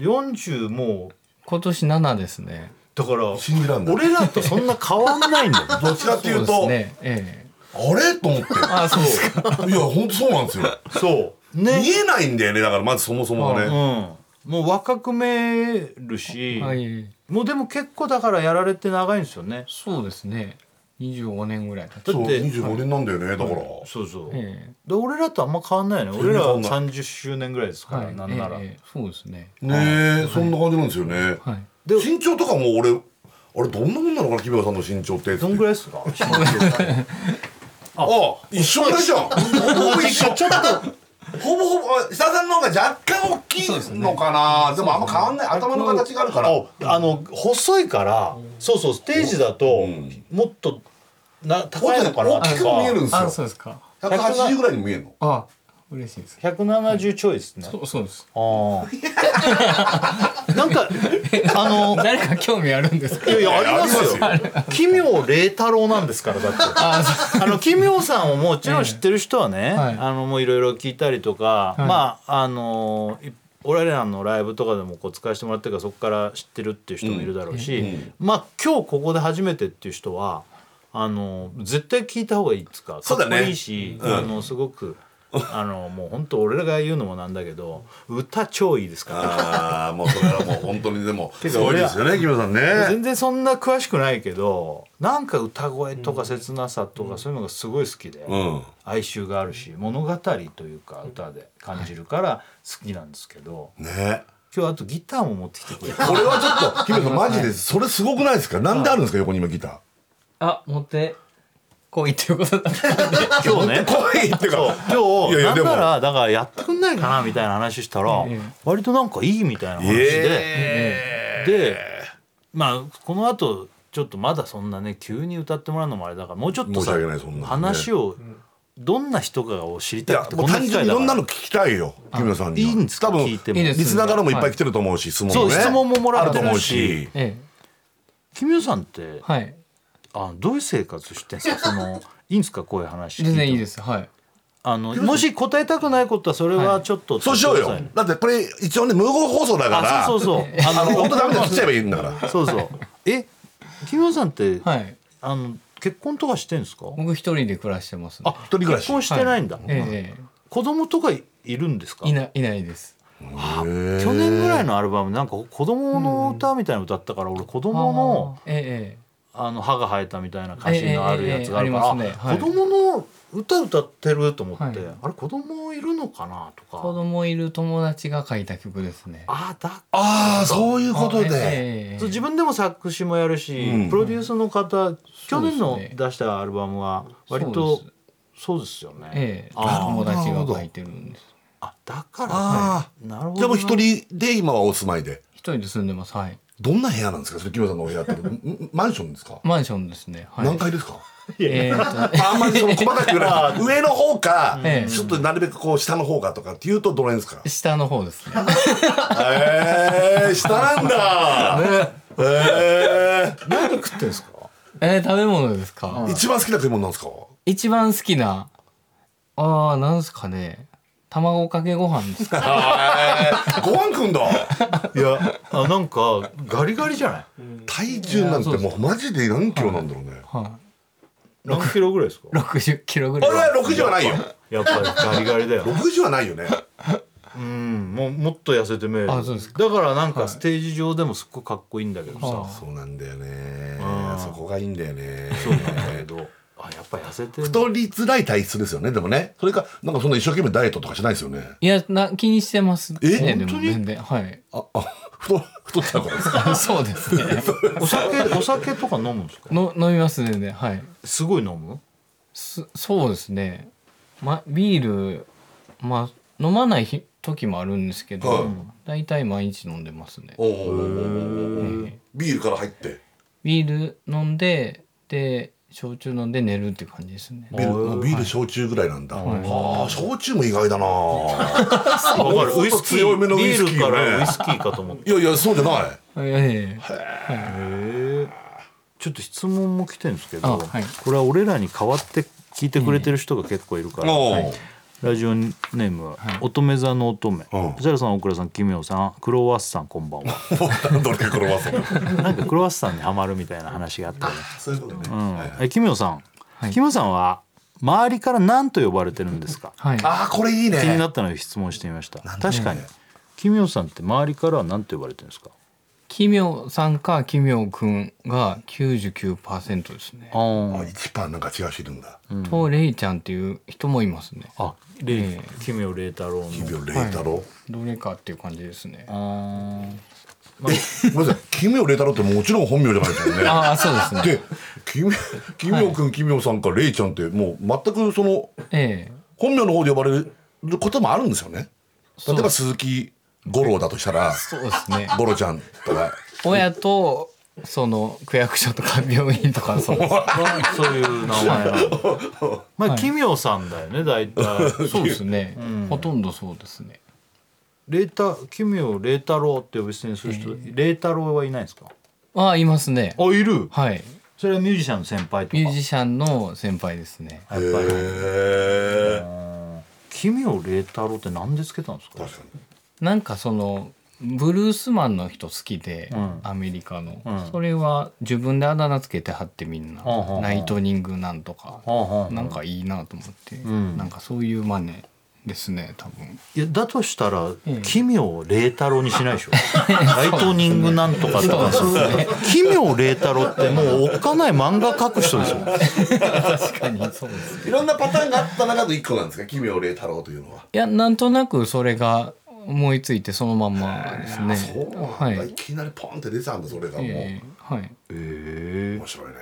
40もう
今年七ですね。
だから
信じらんない
俺らとそんな変わんないん だよ
どっちかってい
そうで
うと
すね。ええ。
あれ と思って
あ、そうですか。
いや本当そうなんですよ
そうね
見えないんだよねだからまずそもそもが
うん
ね
もう若く見えるし、
はい。
もうでも結構だからやられて長いんですよね
そうですね。二十五年ぐらい経つ。
だ
そう
って
25年なんだよねだから
そうそう、
ええ。
で俺らとあんま変わんないよね
然
俺らは
変わん
30周年ぐらいですから、
はい。
なんなら、
ええええそうですね。
ねえそんな感じなんですよね
はい。
で
身長とかも俺あれどんなもんなのかな木村さんの身長って
どんぐらい ですか
あ一緒ぐらいじゃんほぼほぼ一緒ちょっとほぼほぼあ下さんの方が若干大きいのかなで,、もあんま変わんない頭の形があるから
あの細いからそうそうステージだと
うん
もっとな
も
高
っ
い
と
のか
ね
な
大きく見えるんです
あ、
よ
そうですか。
180ぐらいに見えるの
あ、嬉しいです。
170ちょいですね、
そうそうです。
ああ なんかあの
誰か興味あるんですか
い。やいやありますよ
いやあ
奇妙麗太郎なんですからだってあの奇妙さんをもちろん知ってる人はね、
はい
あのもういろいろ聞いたりとか、
はい
まああのい俺らのライブとかでもこう使わせてもらってるからそこから知ってるっていう人もいるだろうし、まあ今日ここで初めてっていう人はあの絶対聞いた方がいいっつうか
そうだね
かっこいいし、あのすごく。あのもう本当俺らが言うのもなんだけど歌超いいですから
ああもうそれはもう本当にでも
て
す
か
ごい
俺
で
ら
すよね木村さんね
全然そんな詳しくないけどなんか歌声とか切なさとかそういうのがすごい好きで、
うん
哀愁があるし物語というか歌で感じるから好きなんですけど、
ね
今日あとギターも持ってきてくれた
これはちょっと木村さんマジでそれすごくないですかなんであるんですか横に今ギター
あ、持って。こう言っていうことだったんで。
今日ね
来いってか
今
い
日
やいや
なん
でも
ならだからやってくんないかなみたいな話したら
ええ
割となんかいいみたいな話で、
え
でまあこの後ちょっとまだそんなね急に歌ってもらうのもあれだからもうちょっと
申し
さ
訳ないそんなのね
話をどんな人かを知り
い
た
や
くて
もう
こんな
単
機
純に
会
い
だ
ろ
か
んな
ら
の聞きたいよ木村さんにはい
いんですか
多分
聞いて
いい
も
です
リスナーからもいっぱい来てると思うし質問もね
そう質問ももらえてるし
あと思うし
ええ。
君代さんって
はい。
あのどういう生活してん ですかそのいいんですかこういう話聞い
全
ても
然いいです。はい。
あのもし答えたくないことはそれはちょっと、
そうしようよだってこれ一応ね無言放送だから
あそうそうそう
あ
あ
の
の
本当ダメだよ切っちゃえばいいんだから
そうそうえ木村さんって、
はい。
あの結婚とかしてんですか
僕一人で暮らしてます、ね。
あ
一人暮らし
結婚してないんだ、
ええ
子供とかいるんですか
いない、いないです。
去年ぐらいのアルバムなんか子供の歌みたいなの歌ったから、俺子供の
あー。え
あの歯が生えたみたいな歌詞のあるやつがあるか
ええええええ
ら、
ありますねはい
子供の歌歌ってると思って、
はい
あれ子供いるのかなと
え子
か
供いる友達が書いた曲ですね。
あだ
ああそういうこと
あえ
で
えええ
そう自分でも作詞もやるし、
うん
プロデュースの方去年
そ
の
うですね
出したアルバムは割とそうですよね。
ええ、
あ
友達が書いてるんです。
あだから
あ
ねなるほど
あ
な。
じゃあもう一人で今はお住まいで
一人で住んでます。はい。
どんな部屋なんですかそれ木村さんのお部屋ってんんマンションですか
マンションですね。はい。
何階ですか
えーと
あんまりその細かく 言わない上の方か
ええ
ちょっとなるべくこう下の方かとかっていうとどれです か
下の方ですね。
ええ下なんだええ
何食ってんですか。
えー、食べ物ですか。
一番好きな食い物なんですか
一番好きな。ああ、なんですかね。卵かけご飯ですか。
ええご飯くんだ
いやあなんかガリガリじ ゃない。
体重なんてもうマジで何キロなんだろうね
は
何キロぐらいですか
い。。六十キロぐらい。
俺は60はないよ
やっぱりガリガリだよ。
60はないよね
うんもうもっと痩せて見える。
あそうです
だからなんかステージ上でもすっごいかっこいいんだけどさ。
は
そうなんだよね
うん
そこがいいんだよね
そうなんだけどあやっぱ痩せてる。
太りづらい体質ですよねでもねそれかなんかそんな一生懸命ダイエットとかしないですよね
いや、な、気にしてます、ね。
え
でも
本当に
全然、はい。
ああ太太ったからですか
あそうですね。
お酒お酒とか飲むんですか。
の、飲みますね、全然、はい。
すごい飲む。
すそうですね。ま、ビール、まあ、飲まない日時もあるんですけ
はい
ど、大体毎日飲んでますね。
おうおうおうおうおう
ええ
ビールから入って
ビール飲んで、で、焼酎飲んで寝るって感じですね。
ビール
おう
もうビール焼酎ぐらいなんだ、
はい
ああ焼酎も意外だな
わかるウイスキ
強
ー
めのウイ
ビ
スキー
ールか
ね
らウイスキーかと思って
いやいやそうじゃない
ええ
へえちょっと質問も来てるんですけど、
あはい
これは俺らに代わって聞いてくれてる人が結構いるから、
おう
ラジオネームは乙女座の乙女
うん
藤原さん大倉さん奇妙さんクロワッサンこんばんは
どれ転ばすの
なんかクロワッサンにはまるみたいな話があったよね
そういうことね、
うん
はいはい
え奇妙さん、
はい
奇妙さんは周りから何と呼ばれてるんですか
はい。
ああこれいいね
気になったので質問してみました
なんで
確かに奇妙さんって周りからは何と呼ばれてるんですか
奇妙さんか奇妙くんが99%ですね。
あー
あ一番なんか違う人いるんだ
と、レイちゃんっていう人もいますね。
あ、レイ、
え
奇妙麗太郎の。
奇妙麗太郎、
どれかっていう感じですね。
あ
ごめんなさい奇妙麗太郎ってもちろん本名じゃないですよね
ああ、そうですね。
で奇妙奇妙くん奇妙さんかレイちゃんってもう全くその
ええ
本名の方で呼ばれることもあるんですよね例え
そ
ば
う
鈴木五郎だとしたら
そうですね。
五郎ちゃんとか
親とその区役所とか病院とかそう
そういう名前なん だまあ
はい
奇妙さんだよね大 体
そうですね、
うん
ほとんどそうですね
霊太奇妙霊太郎って呼び捨てにする人霊太郎はいないんですか
ああいますね
あいる
はい
それはミュージシャンの先輩とか
ミュージシャンの先輩ですね
やっぱり
へえ
奇妙霊太郎って何でつけたんですか
確かに
なんかそのブルースマンの人好きで、
うん
アメリカの、
うん
それは自分であだ名つけて貼ってみんな、
はあはあ
ナイトニングなんとか、
はあはあ
なんかいいなと思って、
ん
なんかそういうマネですね多分
いやだとしたら
ん
奇妙霊太郎にし ないでしょライトニングなんとかとか
そうです
奇妙霊太郎ってもうおっかない漫画描く人でしょ
確かにそうです
いろんなパターンがあった中の一個なんですか奇妙麗太郎というのはい
やなんとなくそれが思いついてそのまんまですね
そうなんだ、
はい、
い、きなりポンって出てたんだそれがもう、
ええはい
ええ
面白いね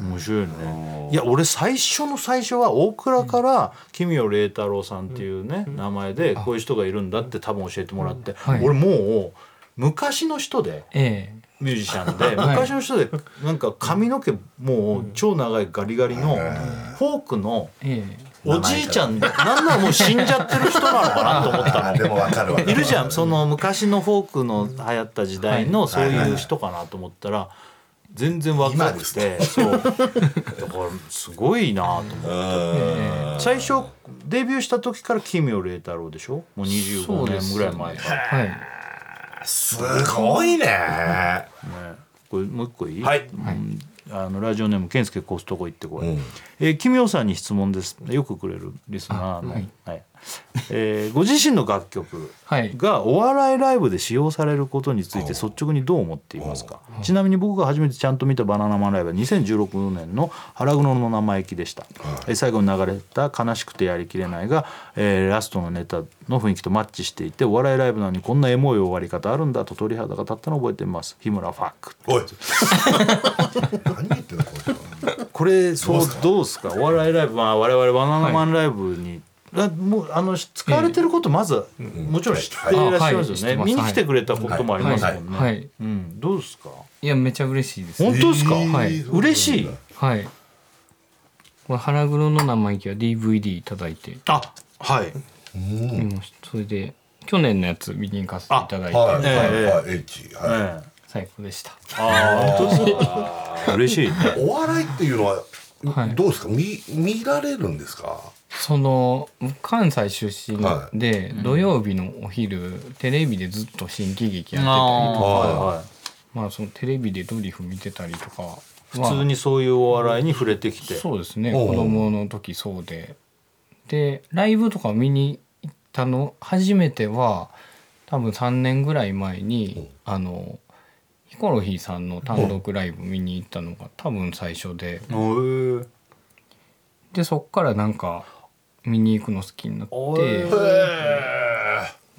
面白いねいや俺最初の最初は大倉から奇妙麗太郎さんっていうね名前でこういう人がいるんだって多分教えてもらって
はい
俺もう昔の人で
え
ミュージシャンで
はい
昔の人でなんか髪の毛もう超長いガリガリのフォークの
えええ
おじいちゃんなんならもう死んじゃってる人なのかなと 思った
あでもわかるわかる
いるじゃんその昔のフォークの流行った時代のそういう人かなと思ったら全然若くてそうだからすごいなと思って
うん
最初デビューした時から奇妙麗太郎でしょもう25年ぐらい前から、ね、
はい
すごいね
これもう一個いい、
はい
うんあのラジオネーム健介コストコ行ってこい、
うん
えー奇妙さんに質問ですよくくれるリスナーの、
あはい
はいえーご自身の楽曲
はい
がお笑いライブで使用されることについて率直にどう思っていますかちなみに僕が初めてちゃんと見たバナナマンライブは2016年の腹黒の生意気でした、えー最後に流れた「悲しくてやりきれないが」えーラストのネタの雰囲気とマッチしていてお笑いライブなのにこんなエモい終わり方あるんだと鳥肌が立ったのを覚えています日村ファック
おい 何言ってんのこの人
これそうどうですかお笑いライブまあ我々バナナマンライブに、あもうあの使われてることまずは、もちろん知っていらっしゃいますよね、
はいはい
見に来てくれたこともありますもんね、
はい、はい、
うん、どうですか
いやめちゃ嬉しいです、
本当ですか、
えー
はい
そうなんだ
嬉しい
はいこれ「腹黒の生意気」は DVD いただいて
あはい
見ましたそれで去年のやつ見に行かせていただいて、
はい
ええ
はいはい H はい
ええ
最高でした
ああ本当ですか嬉しいね
お笑いっていうのは
はい
どうですか、見見られるんですか
その関西出身
は
で、土曜日のお昼テレビでずっと新喜劇やってたり
あ
とか
あはいはい
まあそのテレビでドリフ見てたりとかは
普通にそういうお笑いに触れてきて
そうですね
おう
子供の時そうででライブとか見に行ったの初めては多分3年ぐらい前にあのヒコロヒーさんの単独ライブ見に行ったのが多分最初で
おえ
でそっからなんか見に行くの好きになっ
お
て
え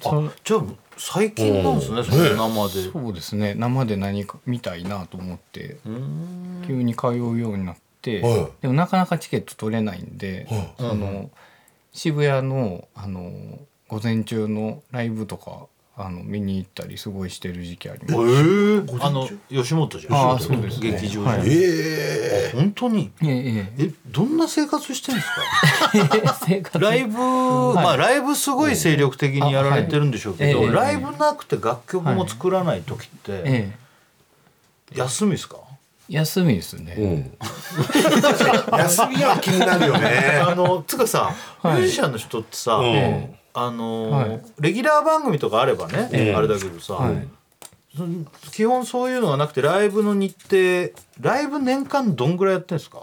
その
じゃあ最近なんですねその生で、
そうですね生で何か見たいなと思って
うん
急に通うようになって、
はい
でもなかなかチケット取れないんで、
はい
その渋谷のあの午前中のライブとかあの見に行ったりすごいしてる時期あります。
あの吉本じゃん
ああそうですね
劇場じゃ
は
ん、
い
ええ
本当に
えええ
えどんな生活してるんですか
え、生 活
ライブ、まあライブすごい精力的にやられてるんでしょうけど、
あはいええ
ライブなくて楽曲も作らない時って、
ええ
休みですか
休みですね。
うん、 休みは気になるよね
あのつうかさ、
はい
ミュージシャンの人ってさ、
うん
あの
はい
レギュラー番組とかあればね、
ええ
あれだけどさ、
はい
その基本そういうのがなくてライブの日程ライブ年間どんぐらいやってんですか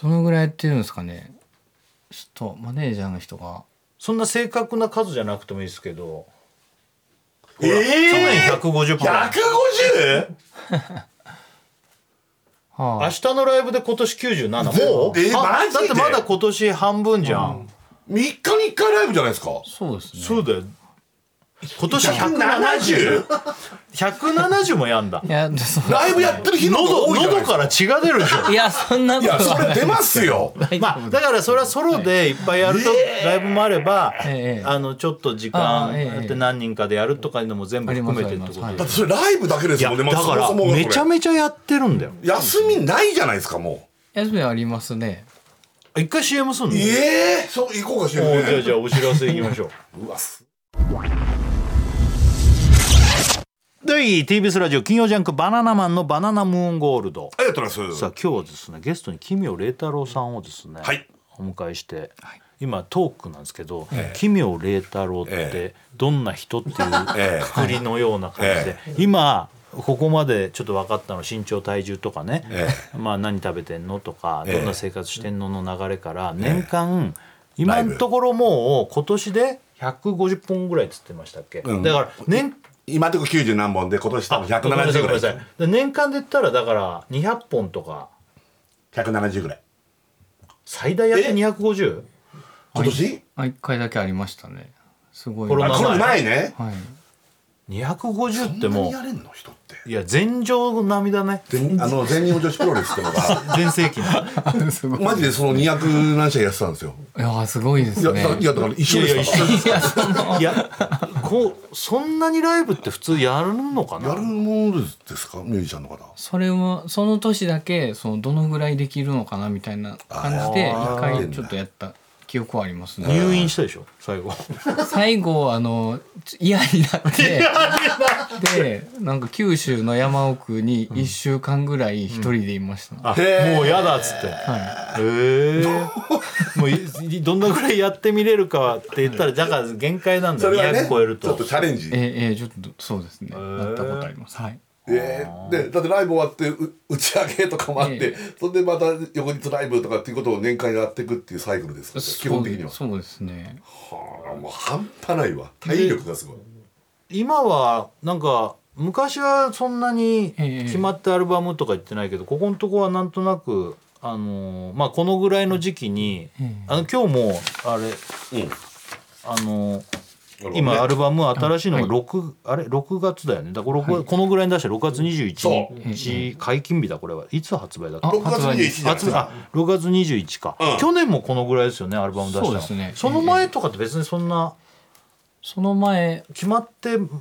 どのぐらいやってるんですかね。ちょっとマネージャーの人が
そんな正確な数じゃなくてもいいですけど、
ええ
去年150
150?
本明
は
日のライブで今年97もう
え
あ
マジで
だってまだ今年半分じゃん、
3日に1回ライブじゃないですか
い、そうですね。
そうだよ今年170 170もやんだ
いやそ
ライブやってる日の方が
喉
多いじゃない
喉
ですか
から血が 出るでしょ
いやそんないこと
やそ
はな
れ
い
出ますよ
大丈
まあ
夫
だからそれはソロでいっぱいやるとライブもあれば、
ええ
あのちょっと時
あ
間
あええ
やって何人かでやるとかのも全部含めてってことで
あり
だ
ま
ってそれライブだけです
いや
もんねまあ
だか
そ
ら
もそもがこれ
めちゃめちゃやってるんだよ
休みないじゃないですかも
休みありますね
一回 CM すんの
うええそう行こうかしら
おうじゃあ
ね
じゃあお知らせいきましょう
うわす
第 TBS ラジオ金曜ジャンク「バナナマンのバナナムーンゴールド
ありがとうございま」す
さあ今日はですねゲストに奇妙麗太郎さんをですね、
はい
お迎えして、今トークなんですけど、
ええ
奇妙麗太郎っ
え
てどんな 人っていう
ええ
くくりのような感じで
え、
今ここまでちょっと分かったの身長体重とかね、
え
まあ何食べてんのとか、
ええ
どんな生活してんのの流れから年間、今
ライ
の
ブ
ところもう今年で150本ぐらいっつってましたっけ、
うん
だから年
今のとこ90何本で今年多分
ごめんなさ
170
いご
ぐら
めんなさい
い
で年間で言ったらだから200本とか
170ぐらい
最大やって 250?
今年
あ一回だけありましたねすごい
コロ
あ
ナ
これ前ね
はい
250って
そんな
も
にやれんの人って
ういや全場並みだね
全あの全日本女子プロレスっての が
全盛期の
すごい
マジでその200何社やってたんですよ
いやすごいで
い
す
や
ね
だいやだから一緒
い
で
やいや
したか
いやそんない
やこうそんなにライブって普通やるのからな
やるものですかミュージシャンの方
それはその年だけそのどのぐらいできるのかなみたいな感じで
あー
一回ちょっとやった記憶はありますね
入院したでしょ最後
最後あのち嫌になってでなんか九州の山奥に1週間ぐらい一人でいました、
あ
へー
もうやだっつって
は
へえもういいどんなぐらいやってみれるかって言ったらだから限界なんだ
そ
よ
れはね
200超える
ちょ
と
っとチャレンジ
い、えーえーちょっとそうですね
ー
なったことありますはい
えーでだってライブ終わってう打ち上げとかもあって、
え
それでまた翌日ライブとかっていうことを年間やっていくっていうサイクルですからね基本的には
そうそうですね
はあもう半端ないわ体力がすごい
今はなんか昔はそんなに
ええ
決まってアルバムとか言ってないけど、ここのとこはなんとなく、あのーまあ、このぐらいの時期に、
ええ
あの今日もあれ、
うん
あ
な
のー
るほどね
今アルバム新しいのが
はい
6、あれ6月だよねだからこ,、このぐらいに出したら6月
そ
21日解禁日だこれはいつ発売だっけ
あ
6月21日じゃないです
発売
か
あ6月21か、
うん
去年もこのぐらいですよねアルバム出したの
そうですね
その前とかって別にそんな
その前
決まって
も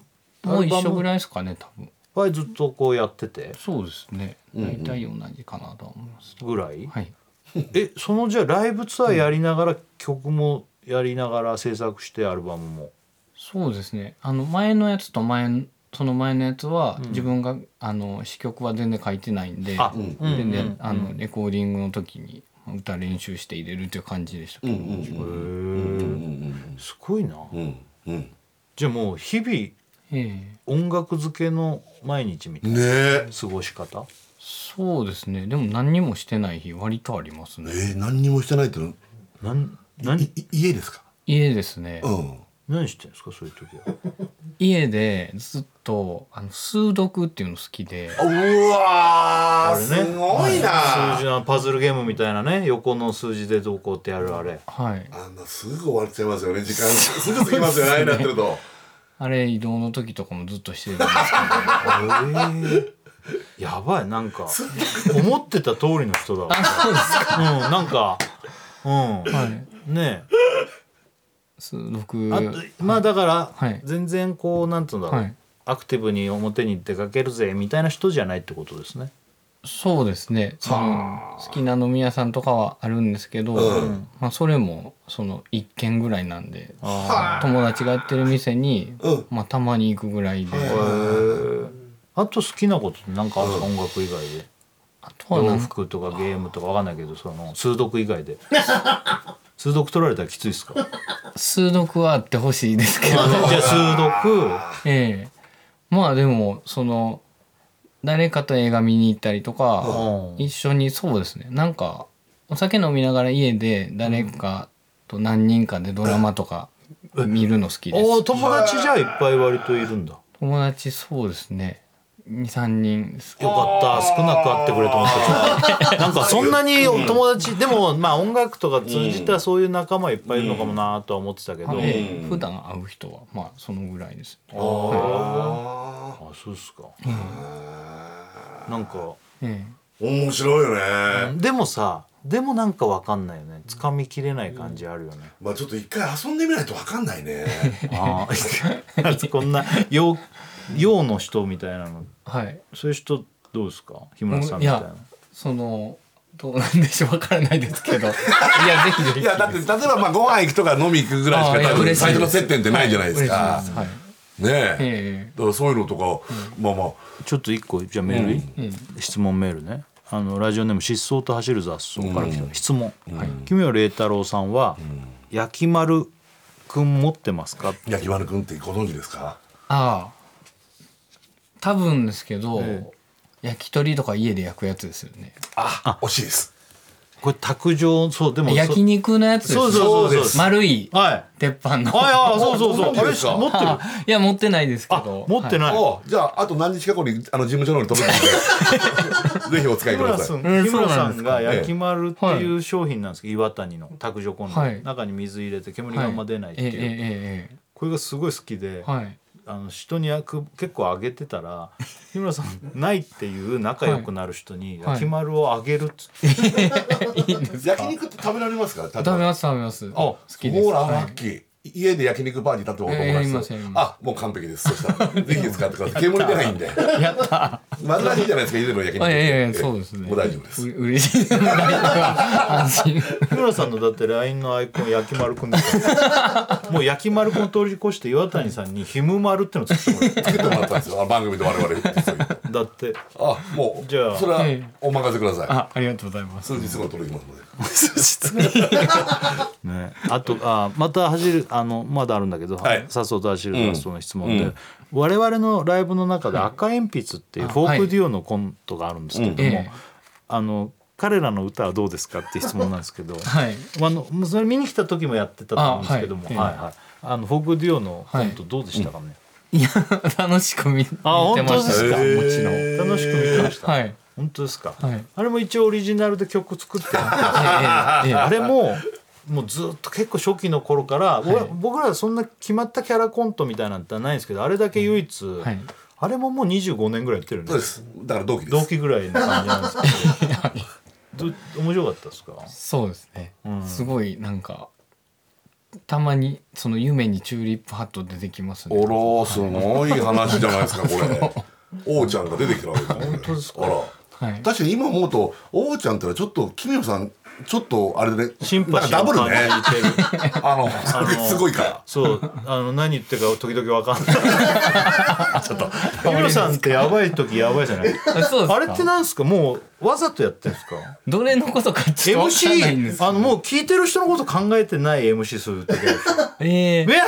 う一緒ぐ
い
らいですかね多分
はずっとこうやってて
そうですね大体同じかなとは思います、
ぐらい、
はい
えそのじゃあライブツアーやりながら曲もやりながら制作してアルバムも
そうですねあの前のやつと前のその前のやつは自分が、あの詞曲は全然書いてないんで
あ
ん
うん
全然、
うん
あのレコーディングの時に歌練習して入れるっていう感じでしたけど、
へ
うん
えすごいな、
うんうんうん
じゃあもう日々
ええ
音楽漬けの毎日みたい
ねえ
な過ごし方
そうですねでも何にもしてない日割とあります
え
ね
ー、何にもしてないっての
なん
い
何
い家ですか
家ですね、
うん
何してんですかそういう時は
家でずっとあの数読っていうの好きで
うわ
あ
ー
れ
す
ね
ごいな、
数字のパズルゲームみたいなね横の数字でどうこうってやるあ れ
はい
あんなすぐ終わっちゃいますよね時間すぐ過ぎますよねああいうのやってると
あれ移動の時とかもずっとしてるんです
やばいなんか思ってた通りの人だわうんなんか
けど、はい、
うんねえ
数読
あとまあだから、
はい
全然こうなんつうんだろう、
はい
アクティブに表に出かけるぜみたいな人じゃないってことですね。
そうですねその好きな飲み屋さんとかはあるんですけど、
うん
まあ、それもその1軒ぐらいなんで
あ
友達がやってる店に、
うん
まあ、たまに行くぐらいで、
ーへえあと好きなことってなんかあるんですか音楽以外で
あとはな
洋
んか
服とかゲームとかわかんないけどその数読以外で 数読取られたらきつ いですかじゃ
数読はあってほしいですけど、
あ数読
ええまあでもその誰かと映画見に行ったりとか、
うん
一緒にそうですねなんかお酒飲みながら家で誰かと何人かでドラマとか見るの好きです、
おー友達じゃあいっぱい割といるんだ
友達そうですね23人す
よかった少なくあってくれと思ったけどなんかそんなにお友達、でもまあ音楽とか通じたそういう仲間いっぱいいるのかもなとは思ってたけど、
ごい、
あ
で普段会う人はまあそのぐらいです
そうっすか、なんか
え
面白いよね、
でもさでもなんかわかんないよね掴みきれない感じあるよね、
まあちょっと一回遊んでみないと分かんないね
ああこんな洋洋の人みたいなの
えはい
そういう人どうですか日
も
村さん
うい
みたいな
やそのどうなんでしょうわからないです けどいやぜひぜひ
いやだって例えばまあご飯行くとか飲み行くぐらいし
あーい
か
や
多分
嬉しい
最初の接点ってないじゃないです
は
か
い嬉しいですはい
ね
え
え、だからそういうのとか、まあまあ
ちょっと一個じゃあメールいい、質問メールねあのラジオネーム失踪と走る雑草から来た、質問、奇妙麗太郎さんは、焼き丸くん持ってますか
焼き丸くんってご存知ですか
えああ多分ですけど、
え
焼き鳥とか家で焼くやつですよね
あ惜しいです
これ卓上そうでも
焼
そ
肉のやつです
そうそうそうそう
丸い
はいはい
鉄板の
はいそうそうそうあれ持ってる
あ いや持ってないですけど
持ってない、
おじゃああと何日か後にあの事務所の方に届く のでぜひお使い
日
く
村
ださ
さ
い
ん
えー
日村
そ
さんが
う
なんですか
焼き丸っていう商品なんですけど岩谷の卓上コンロ、
はい
中に水入れて煙
は
が
い
あんま出ないっていう、
えええええ
これがすごい好きで、
えはい
あの人に焼く結構あげて たら日村さんないっていう仲良くなる人に
はい
焼き丸をあげるっつって、
焼き肉って食べられますか食
食べます食べますあ好きです
ほら、
はい
ラッキー。家で焼肉パーティー立ってお友
えーや
達
り
と
ますやりま
あもう完璧ですそし たらぜひ使ってください煙出ないんで
やった
まずいじゃないですか家での焼肉
あいやいやい
え
や
え
そうですね
もう大丈夫です
う嬉しい安心
日村さんのだって LINE のアイコン焼き丸くんですからもう焼き丸くんを通り越して岩谷さんに「ひむ丸」ってのを作ってもら
作ってもらったんですよあの番組で我々 そういう
うだって
あもう
じゃあ
それは
ええ
お任せくださ
あありがとうございま
い
す
数日後届きますので
ね、あとあまた走るあのまだあるんだけど、
はい
さっそうと走るラストの質問で、我々のライブの中で赤鉛筆っていうフォークデュオのコントがあるんですけども、
はいうん
あの彼らの歌はどうですかって質問なんですけど、
はい
あのもうそれ見に来た時もやってたと思うんですけども、
あは
はいい
ええ
はいあのフォークデュオのコントどうでしたかね、
いや楽しく見見てま
本当
し
で
た
すか
もちろん
ええ
楽しく見てました、
はい
本当ですか、
はい
あれも一応オリジナルで曲作って
ええええええ
あれも もうずっと結構初期の頃から、お僕らそんな決まったキャラコントみたいなんてないんですけどあれだけ唯一、
はい
あれももう25年ぐらいやってるよね
そうですだから同期で
同
す
期ぐらいの感じなんですけ どど面白かったですか
そうですね、
ん
すごいなんかたまにその夢にチューリップハット出てきますね
おらーすごい話じゃないですかこれ 王ちゃんが出てきたわけです本当ですかあら
はい
確かに今思うと王ちゃんってのはちょっとキミヨさんちょっとあれでね
シンパシー
なん
を
かダブ
感
ルね
じてる、
あのすごいから
そうあの何言ってるか時々わかんない ちょっと日村さんってやばい時やばいじゃない
あそうですか
あれってなんですかもうわざとやってるんですか
どれのことかちょっとわからないんですけ
MC
ど
あのもう聞いてる人のこと考えてない MC する時ある
ええ
いや、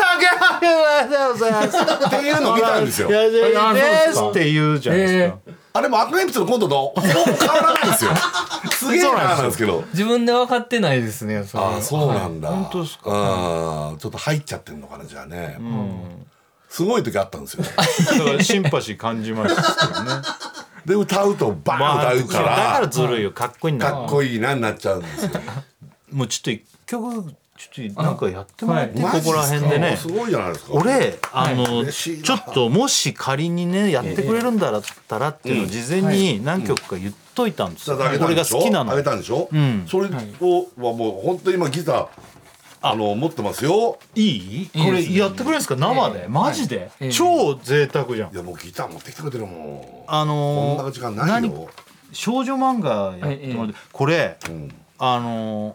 ありがとうございます。って
いうの見たんですよ
いや、い
あそう
やで
です
す
か
って言うじゃないですか。
あれも赤鉛筆のコントとほぼ変わらないんですよ。すげえなーなんですけど。
自分で分かってないですねそれ
ああ、そうなんだ。
本当です
か。ちょっと入っちゃってるのかな、じゃあね。すごい時あったんですよ。
だからシンパシー感じましたけど ね。
で、歌うとバ
まあ
ーン
だ
歌うか
から
ら、
ずるいよ、かっこいいんだ。
かっこいいなになっちゃうんですよ。
もうちょっと一曲、ちょっとなんかやってもらって、こ
マジ
こら辺でね
す。ごいじゃないですか。
俺、あの、
嬉しいな
ちょっともし仮にね、やってくれるんだったらっていうのを事前に何曲か言っといたんですよ。俺
俺
が
が
好
好
き
き
な
な
の
の。あげ。たんでしょそれを、はもう本当に今ギター、あの、持ってますよ。
いい
い
こ
いで
れ
すね
やってくれるんですか生で
ええ
マジで
ええ
超贅沢じゃん
い。や、もうギター持ってきてくれてるもん。
あのー
こんな時間ないよ。
少女漫画やってもらって、
え
これ
うん
あのー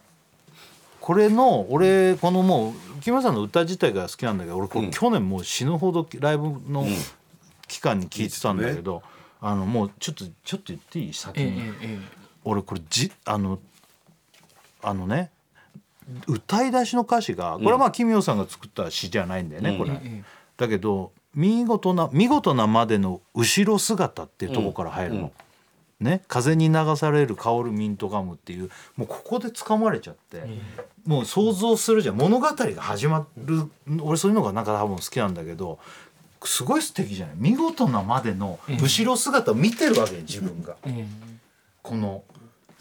これの俺このもう木村さんの歌自体が好きなんだけど俺これ
うん
去年もう死ぬほどライブの期間に聴いてたんだけ
いい
ど、あのもうちょっとちょっと言っていい先
ええ
に、
ええ
俺これじあのあのね歌い出しの歌詞がこれはまあ奇妙さんが作った詩じゃないんだよね、これ、
え
だけど見事な見事なまでの後ろ姿っていうとこから入るの、ね風に流される香るミントガムっていうもうここでつかまれちゃって、もう想像するじゃん物語が始まる俺そういうのがなんか多分好きなんだけどすごい素敵じゃない見事なまでの後ろ姿を見てるわけよ自分が。
え
この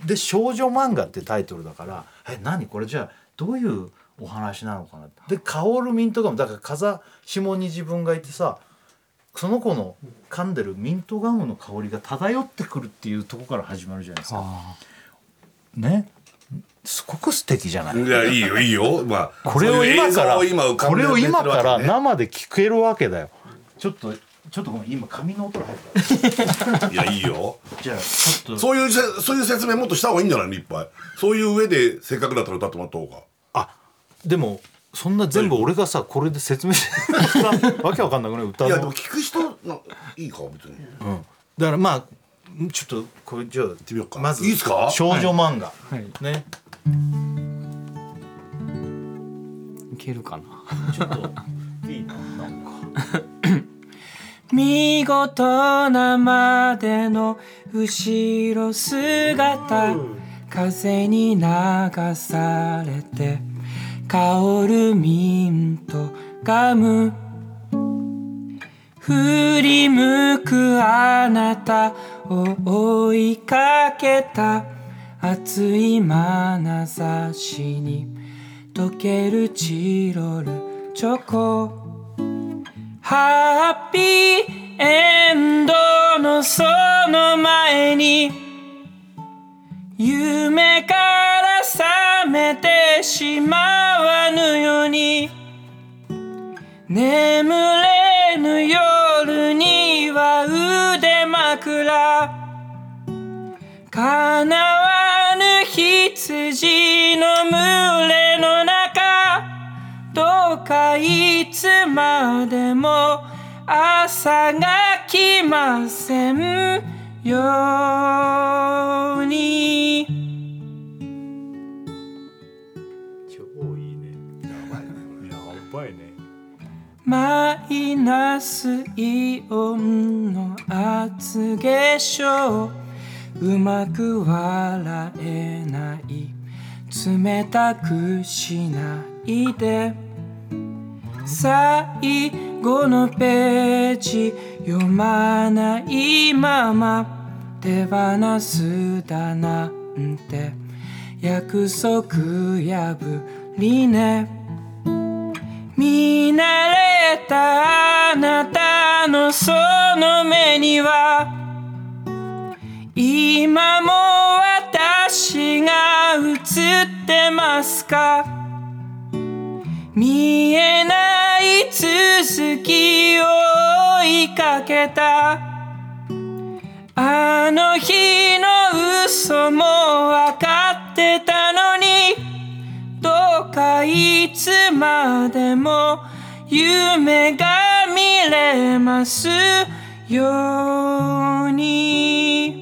で「少女漫画」ってタイトルだから「え何これじゃあどういうお話なのかな」で薫ミントガムだから風下に自分がいてさその子の噛んでるミントガムの香りが漂ってくるっていうとこから始まるじゃないですか。
あ
ねすごく素敵じゃない
いやいいよいいよまあ
これを今から
そういう映像を今浮かん
こ
で
れを今か
やっ
ら
てるわ
生で聞けるわけだよちょっとちょっとごめん今髪の音が入っ
け
た
ねいやいいよ
じゃあちょっと
そういうせそういう説明もっとした方がいいんじゃないのいっぱいそういう上でせっかくだったら歌ってもらった方が
あでもそんな全部俺がさこれで説明してわけわかんなくない歌
いや
の
でも聞く人のいいか別に
だからまあちょっとこれじゃあ
てみようか
まず
いいっすか
少女漫画、
ーはい
ね
いけるかな
ちょっといいななんか
見事なまでの後ろ姿風に流されて香るミントガム振り向くあなたを追いかけた熱い眼差しに溶けるチロルチョコハッピーエンドのその前に夢から覚めてしまわぬように眠れぬ夜には腕枕叶わぬ羊の群れの中どうかいつまでも朝が来ませんように
超いいねやばいねやばいね
マイナスイオンの厚化粧うまく笑えない冷たくしないで最後のページ読まないまま手放すだなんて約束破りね見慣れたあなたのその目には今も私が映ってますか見えない続きを追いかけたあの日の嘘もわかってたのにどうかいつまでも夢が見れますように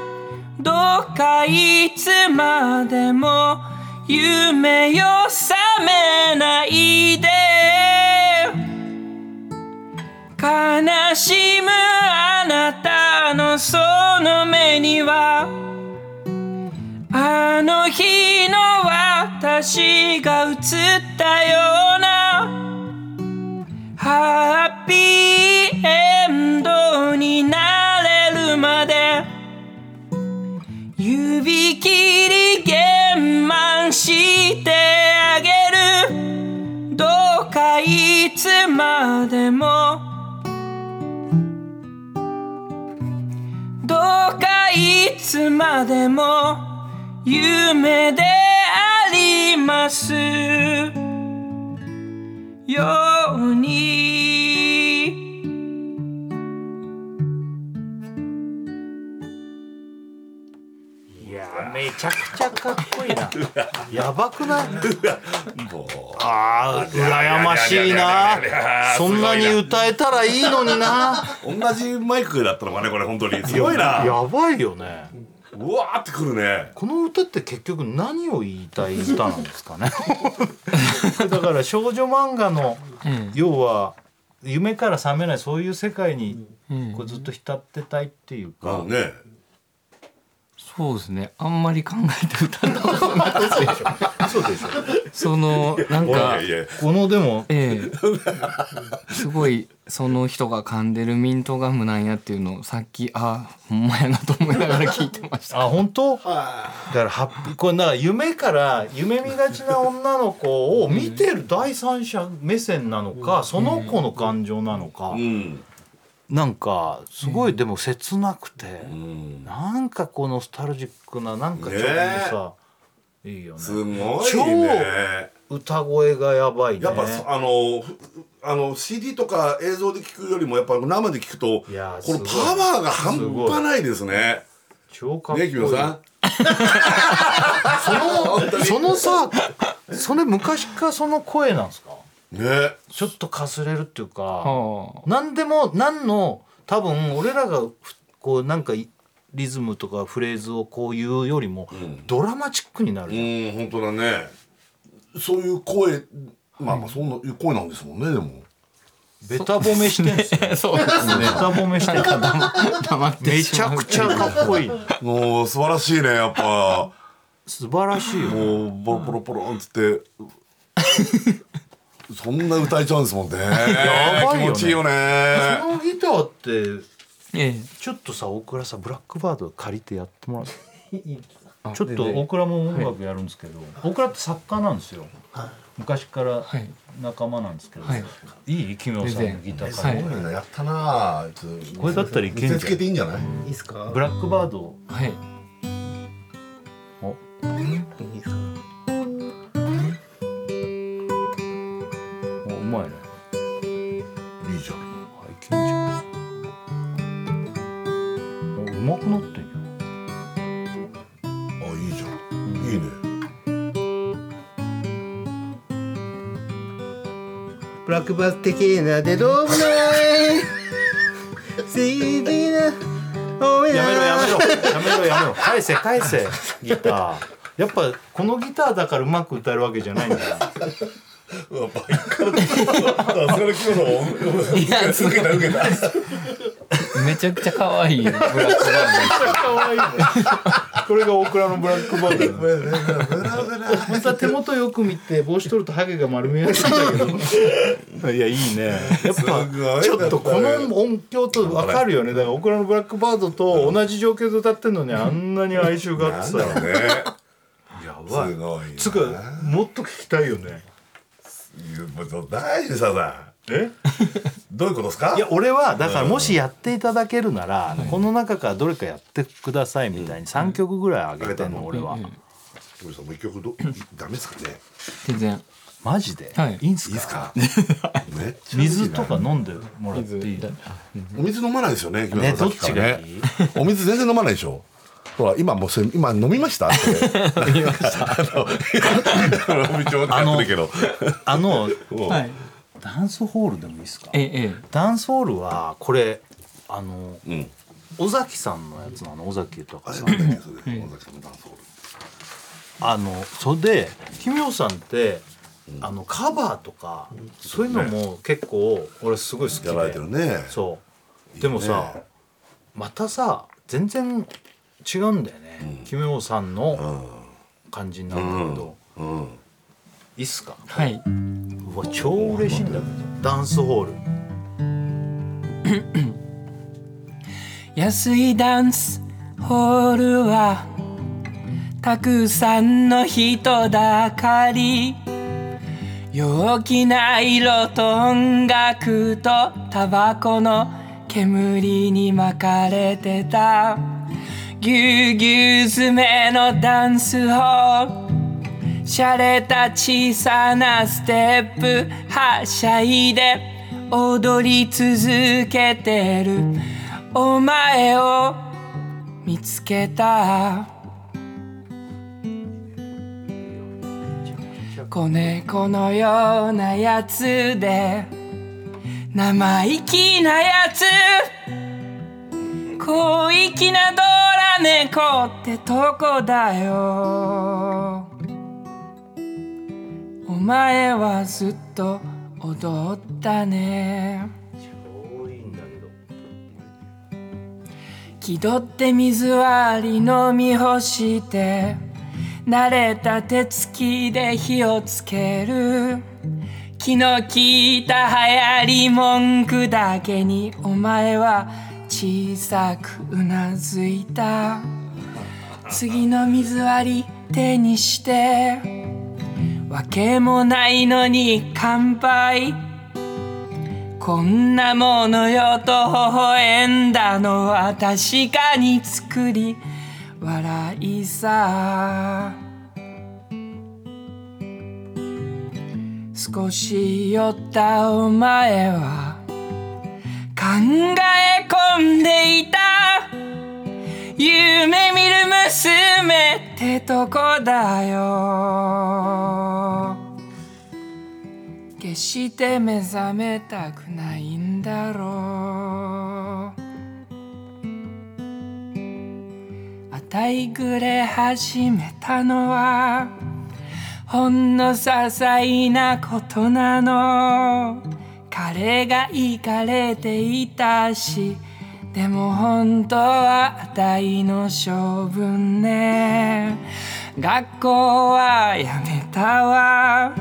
どうかいつまでも夢よ覚めないで悲しむあなたのその目にはあの日の私が映ったようなハッピーエンドになれるまで指切り減満してあげるどうかいつまでもどうかいつまでも夢でありますように
いや名
ちゃくちゃかっこいいなやばくない
ああ羨ましいなそんなに歌えたらいいのにな
同じマイクだったのかねこれ本当にすごいな
やばいよね
うわーってくるね
この歌って結局何を言いたい歌なんですかね だから少女漫画の
うん
要は夢から覚めないそういう世界に
うん
こうずっと浸ってたいっていうか、
うんね
そうですねあんまり考えて歌ったことなかったでしょ そのなん
い
か
やいや
このでも
ええすごいその人が噛んでるミントガムなんやっていうのをさっきああほんまやなと思いながら聞いてました
あ本当だからハッピーこれなんか夢から夢見がちな女の子を見てる第三者目線なのかその子の感情なのか
うん
なんかすごいでも切なくて
うん
なんかこうノスタルジックななんかちょっとさいいよね
すごい
超
ね
歌声がやばいね
やっぱ、あのふあの CD とか映像で聞くよりもやっぱ生で聞くとこ
いやー
の
すごい
パワーが半端ないですね
超かっこい
ね
い
木村さん
そのさそれ昔からその声なんですか
ね
ちょっとかすれるっていうか、
あ
何でも何の多分俺らがふこうなんかいリズムとかフレーズをこう言うよりも、
ん
ドラマチックになる、
うん本当だねそういう声まあまあそういう声なんですもんねでも
ベタ褒め してんすよ
あそうですね
ベタ褒めしてんすよ
黙って
め
し
ち
ま
ゃ
う
くちゃかっこいい
もう素晴らしいねやっぱ
素晴らしいよ
もうボロボロボロンつって そんな歌えちゃうんですもんね
ばいよね
気持ちいいよね
このギターって
え
ちょっとさ大倉さんブラックバード借りてやってもらって
え
ちょっと大倉も音楽やるんですけど、大倉って作家なんですよ、昔から
はい
仲間なんですけど、
はい
い、い木村さんのギター
は
借
い
りて、
やったなあ
これだったらいけんじゃん
見せつけていいんじゃない
いいっすか
ブラックバード
はい
いいっすか
おうまいね
いいじゃん
あいけんじゃんうまくなってんじゃん
あいいじゃんいいね
ブラックバス的なでどうも ない正義なおめ
やめろやめろやめろやめろ返せ返せギターやっぱこのギターだからうまく歌えるわけじゃないんだよ
うわバイカルだそれ昨日の
いや
受けた受けた
めちゃくちゃ可愛いブラックバー
可愛いねこれが大倉のブラックバードだね
ブラブラブラブラ
本当は手元よく見て帽子取るとハゲが丸見えなんだけどいやいいねやっぱちょっとこの音響と分かるよねだからオクラのブラックバードと同じ状況で歌ってんのにあんなに哀愁があ
な
っ
ん
て
だ
さ
ろうね
やば
す
い
ごいな
つうかもっと聞きたいよね
いやもう大事さだ
え
どういうことですか
いや俺はだからもしやっていただけるなら、この中からどれかやってくださいみたいに3曲ぐらい上げてんの俺は、
木村さんもう一曲どダメですかね
全然
マジで、
はいい、
いんす
いいですか
か
めっちゃいいな
水とか飲んでもらっていい
お水飲まないですよね木
ね
村さ
ど
ん
っ
さき
ち
から
が
ね
いい
お水全然飲まないでしょほら今もうそれ今飲みましたって飲みましたあのお水を飲んでるけど
あ の
はい
ダンスホールでもいいですか
えええ
ダンスホールはこれあの
うん
尾崎さんのやつなの尾崎豊
あれ
さ
なんんだっけそれ尾崎さんのダンスホール
あのそれで奇妙さんってあのカバーとかそういうのも結構俺すごい好きで
やられてるね
そうでもさまたさ全然違うんだよね奇妙さんの感じになるんだけど
うん
いいっすか
えはいう
わ超嬉しいんだけどダンスホール
安いダンスホールはたくさんの人だかり陽気な色と音楽とタバコの煙に巻かれてたぎゅうぎゅう詰めのダンスホール洒落た小さなステップはしゃいで踊り続けてるお前を見つけた
子猫のようなやつで生意気なやつ小粋なドラ猫ってとこだよお前はずっと踊ったね気取って水割り飲み干して慣れた手つきで火をつける気の利いた流行り文句だけにお前は小さくうなずいた次の水割り手にしてわけもないのに乾杯こんなものよと微笑んだのは確かに作り笑いさ少し酔ったお前は考え込んでいた夢見る娘ってとこだよ決して目覚めたくないんだろうあたいぐれ始めたのはほんの些細なことなの彼が行かれていたしでも本当はあたいの性分ね学校はやめたわ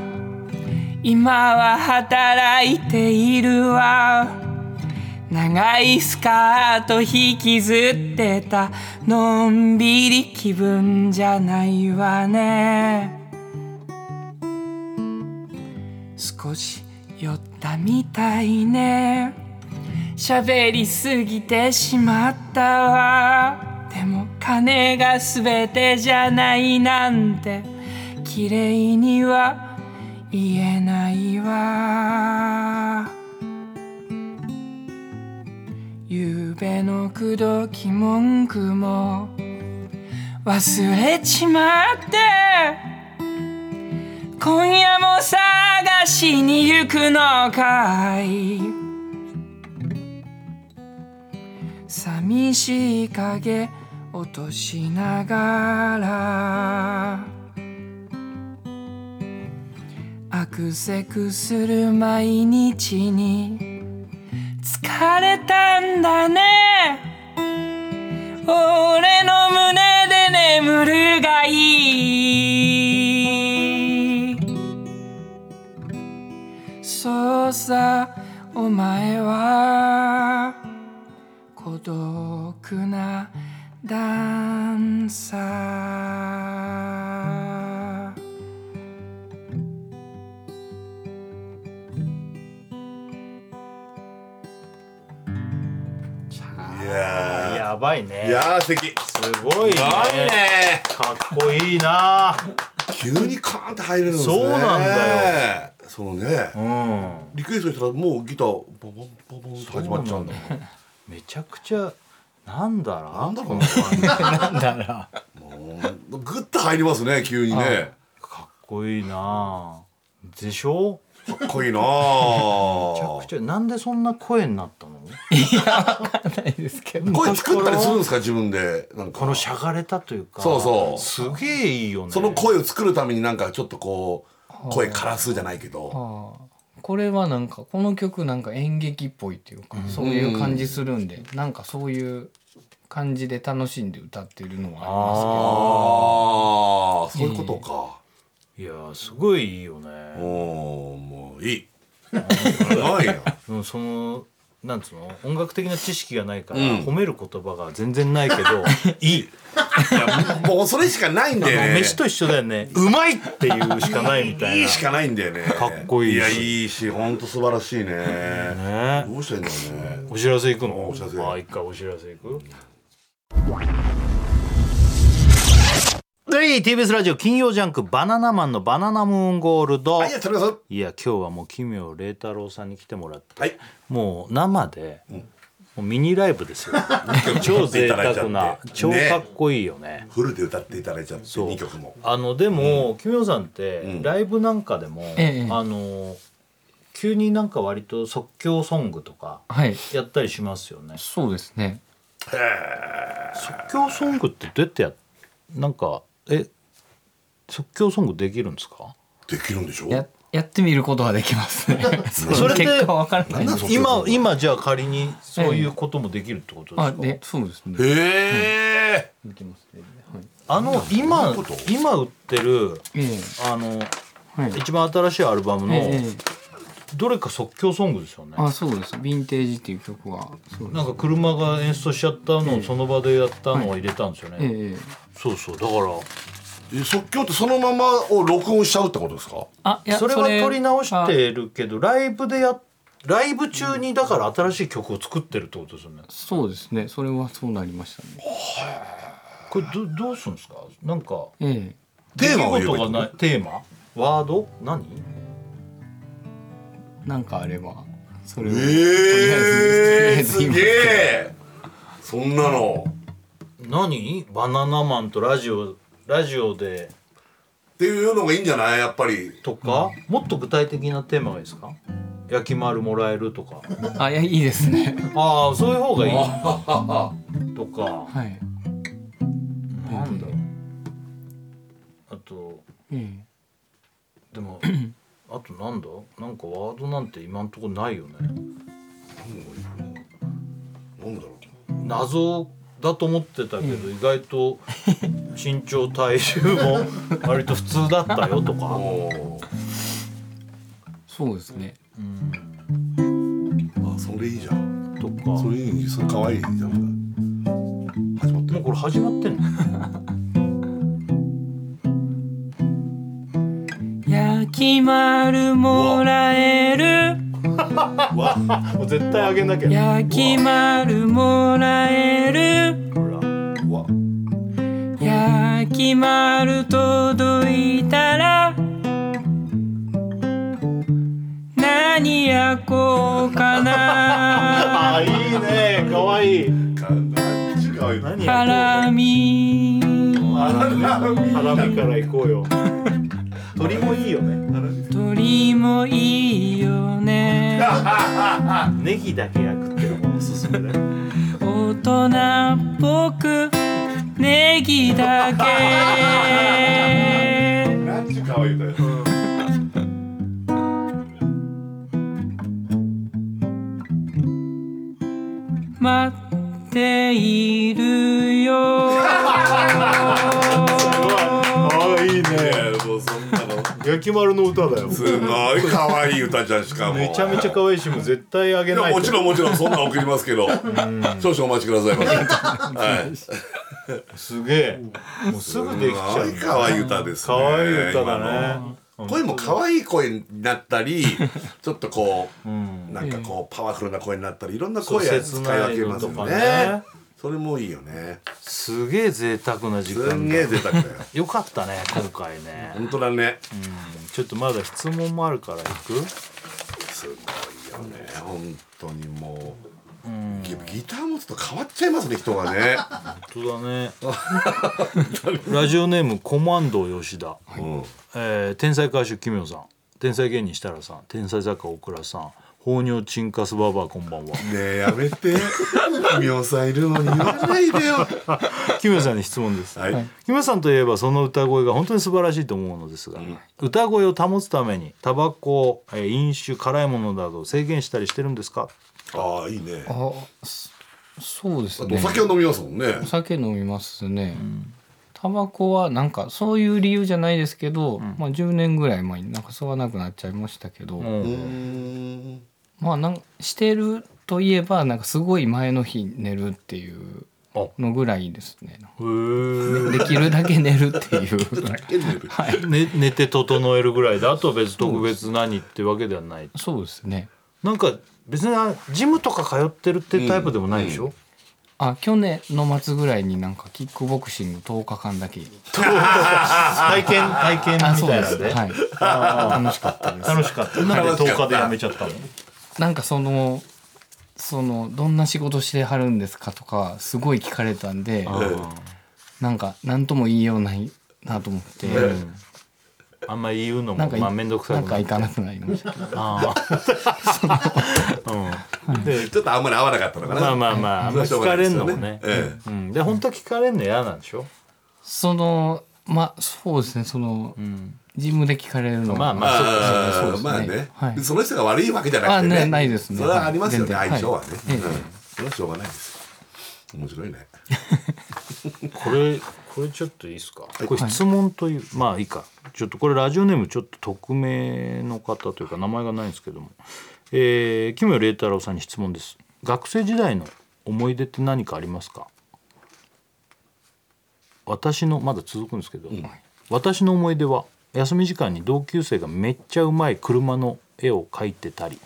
今は働いているわ長いスカート引きずってたのんびり気分じゃないわね少し酔ったみたいね喋りすぎてしまったわでも金が全てじゃないなんて綺麗には言えないわ夕べの口説き文句も忘れちまって今夜も探しに行くのかい寂しい影落としながらあくせくする毎日に疲れたんだね俺の胸で眠るがいいそうさお前は孤独なダンサー
いや
やばい
ー
ね
いやー素敵
すごいね
ね
かっこいいな
急にカーンって入れるんですね
そうなんだ
よそうね
うん
リクエストしたらもうギターボボンボボンって始まっちゃうんだもん
めちゃくちゃなんだろう
なんだろう な
なんだろ
もうグッと入りますね急にね
かっこいいなでしょ
かっこいいな
めちゃく
ぁ
ちゃなんでそんな声になったの
うないですけど
声作ったりするんですか自分でなんか
このしゃがれたというか
そうそう
すげえいいよね
その声を作るためになんかちょっとこう声からすじゃないけど
ああこれはなんかこの曲なんか演劇っぽいっていうか、そういう感じするんでなんかそういう感じで楽しんで歌ってるのはあ
ああそういうことか
いやーすごいいいよね
おーもういいないよ
でもそのなんつうの音楽的な知識がないから、
うん
褒める言葉が全然ない けどいい
もうそれしかないんだよね
飯と一緒だよねうまいっていうしかないみたい
い
ない
しかないんだよね
かっこいいし
いやいいし本当素晴らしいね
ね
どうしたらいいんだろうね
お知らせ行くの
お知らせ
あ一回お知らせ行くはい TBS ラジオ金曜ジャンク「バナナマンのバナナムーンゴールド」
はいやっております
いや今日はもう奇妙麗太郎さんに来てもらって
はい
もう生で
もうミニライブです よ超贅沢な超かっこいいよね
フルで歌っていただいちゃって2曲も
あのでも、キムヨさんって、
うん
ライブなんかでも、
ええ
あの急になんか割と即興ソングとか
はい
やったりしますよね
そうですね
即興ソングってどうやってやなんかえ即興ソングできるんですか
できるんでしょ
ややってみることはできます ねそう
それって
結果わからない
なんそ
今今じゃあ仮にそういうこともできるってことです
あ
か、
でそうですね
へえ
できますねはい
あの今
どういうこと
今売ってる
え
あの
えはい
一番新しいアルバム
え
の
え
どれか即興ソングですよね
あそうですヴィンテージっていう曲はそうで
な
す
んか車が演奏しちゃったのをその場でやったのを入れたんですよね、
ええええ
そうそうだから
即興ってそのままを録音しちゃうってことですか
あいや
それは取り直し
あ
てるけどライブでやライブ中にだから新しい曲を作ってるってことですよね
そうですねそれはそうなりましたね
これどどうするんですかなんか
ええ
テーマを言えば
出来
いい
事
の
がないテーマワード何
なんかあればそれをとりあ
ええ
えずとりあえず言
す
いま
げ
す
えそんなの
何バナナマンとラジオラジオで
っていうのがいいんじゃないやっぱり
とか、もっと具体的なテーマがいいですか焼き丸もらえるとか
あいやいいですね
ああそういう方がいいとか
はい
なんだろうあと
ええ
でもあとなんだなんかワードなんて今んとこないよね
なんだろう
謎だと思ってたけど意外と身長体重も割と普通だったよ とか
おー
そうですね
あそれいいじゃん
とか
それいいそれ可愛いじゃん始まって
もうこれ始まってんの
焼き丸もらえる
もう絶対あげなきゃ
焼き丸もらえる
ほ
る
ら
わ
焼き丸届いたら何焼こう かな
あいいねかわいい
何ち可愛い
何
ハラミ
ハラミから行こうよ 鳥もいいよね
鳥もいいよね
ネギだけ焼くっていうのもおすすめだよ
大人っぽくネギだ け
何ち可愛いんだよ
待っているよ
ああいい
い
ね
やもうそんなの
焼き丸の歌だよ
すごい可愛い歌じゃんしかも
めちゃめちゃ可愛いしもう絶対あげないい
やもちろんもちろんそんなん送りますけど少々お待ちくださいませはい
すげえもうすぐできち
可
ゃ
愛
う
い可愛い歌ですね
可愛い歌
今
だ
の
ね
声も可愛い声になった りちょっとこう、なんかこうパワフルな声になったりいろんな声
そう
使い分けますよ
切ないのとか
ね
ね
それもいいよね
すげえ贅沢な時
すん
間
げえ贅沢だよ
よかったね今回ね
本当だね
ちょっとまだ質問もあるから行く
すごいよね本当にもう、ギギター持つと変わっちゃいますね人 がね、
本当 だねラジオネームコマンド吉田、
うん、
えー天才歌手奇妙さん天才芸人設楽さん天才作家大倉さん放尿チンカスババアこんばん
ね
は
えやめてミオさんいるのに言わないでよ
奇妙さんに質問です
はい、
木村さんといえばその歌声が本当に素晴らしいと思うのですが、歌声を保つためにタバコ、えー飲酒辛いものなどを制限したりしてるんですか
ああいいねあ
あそそうです
と
ね
お酒を飲みますもんね
お酒飲みますね、タバコはなんかそういう理由じゃないですけど、まあ10年ぐらい前になんか吸わなくなっちゃいましたけど、
ん
うーん
まあなんしてるといえばなんかすごい前の日寝るっていうのぐらいですねできるだけ寝るっていう
変な色
ね、寝て整えるぐらいであとは別特別何ってわけではない
そうですね
なんか別にあジムとか通ってるってタイプでもないでしょ、
あ去年の末ぐらいになんかキックボクシング10日間だけ
体験体験
あ
み
そう
た
で
いな
す
んで
ねはい楽しかったです
楽しかったなんで10日でやめちゃったの
なんかそのそのどんな仕事してはるんですかとかすごい聞かれたんでなんか何とも言いようないなと思って
あんまり言うの
なん
も
か
まあ面倒くさ
ないんか行かなくなりました
ああ うんで
ちょっとあんまり合わなかったのかな。
まあまあまああんまり聞かれんのもね
それはしょうがないですよね
うんで本当は聞かれんの嫌なんでしょ
そのまあそうですねそのジムで聞かれるの
まあまあそっか
あ
そう
ー
ですね
まあね、
はい
その人が悪いわけじゃなくて
あ
ね
ねないですね
それはありますよね、
はい
相性はね、
全
うん
然はい
それはしょうがないです面白いね
これこれちょっといいですか、これ質問というまあいいかちょっとこれラジオネームちょっと匿名の方というか名前がないんですけども、えー、木村麗太郎さんに質問です学生時代の思い出って何かありますか私のまだ続くんですけど、私の思い出は休み時間に同級生がめっちゃうまい車の絵を描いてたり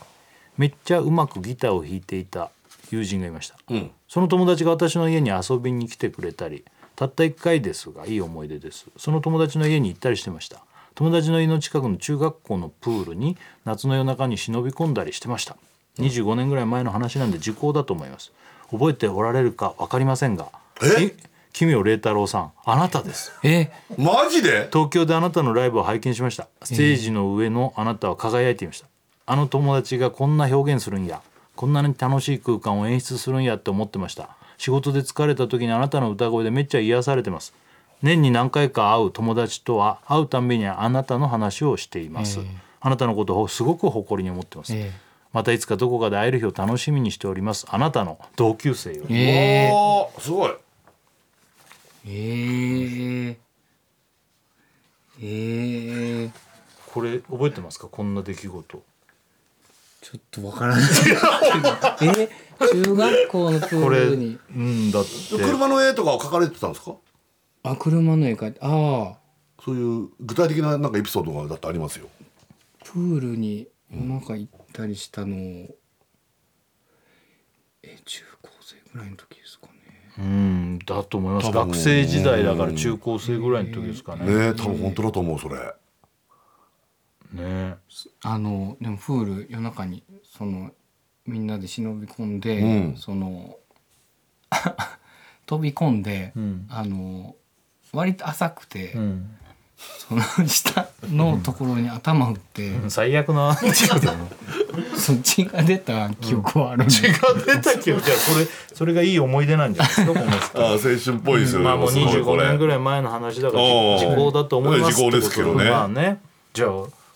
めっちゃうまくギターを弾いていた友人がいました、
ん
その友達が私の家に遊びに来てくれたりたった1回ですがいい思い出ですその友達の家に行ったりしてました友達の家の近くの中学校のプールに夏の夜中に忍び込んだりしてました25年ぐらい前の話なんで時効だと思います覚えておられるか分かりませんが
え
き奇妙麗太郎さんあなたです
え
マジで
東京であなたのライブを拝見しましたステージの上のあなたは輝いていました、あの友達がこんな表現するんやこんなに楽しい空間を演出するんやって思ってました仕事で疲れた時にあなたの歌声でめっちゃ癒されてます年に何回か会う友達とは会うたんびにあなたの話をしています、あなたのことをすごく誇りに思ってます、
え
またいつかどこかで会える日を楽しみにしておりますあなたの同級生よ
ええ
おーすごい
ええええ
これ覚えてますかこんな出来事
ちょっとわからない え中学校のプ
これ
ールに
うんだって
車の絵とかを描かれてたんですか
あ車の絵描いてああ
そういう具体的ななんかエピソードがだってありますよ
プールになんか行ったりしたのを、え中高生ぐらいの時ですかね
うんだと思います
多分
学生時代だから中高生ぐらいの時ですかね。ね
ねえ多分本当だと思うそれ
あのでもプール夜中にそのみんなで忍び込んで、
うん
その 飛び込んで、
ん
あの割と浅くて、
うん
その下のところに頭打って、
最悪な血が
そっちが出た記憶はあるんで、
出たけどじゃあこれそれがいい思い出なんじゃないですかこの人
あ あ青春っぽいですよね、
まあもう
すごいこ
25
れ
年ぐらい前の話だから
おー
時効だと思います
時効ですけどね
ってことまあねじゃあ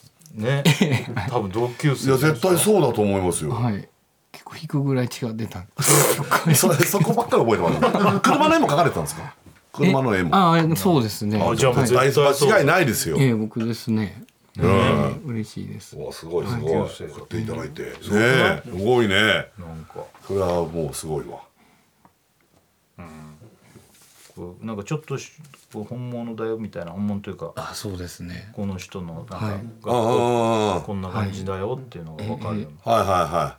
ね多分同級
いや
生
絶対そうだと思いますよ、
はい、結構引くぐらい血が出た
それ そこばっかり覚えてます車の絵も描かれてたんですか車の絵も
ああそうですね
あじゃあもう
はい
絶対そう
間違いないですよ、
ええ僕ですね、
うん
嬉しいです
わすごいすごい
同級
買
生だ
っていただいてねえすごいね
なんか
それはもうすごいわ
こうなんかちょっとしこう本物だよみたいな本物というか
あそうですね
この人のなんか
はい
学
あああ
校
ああ
こんな感じだよっていうのが分かるような
あはいは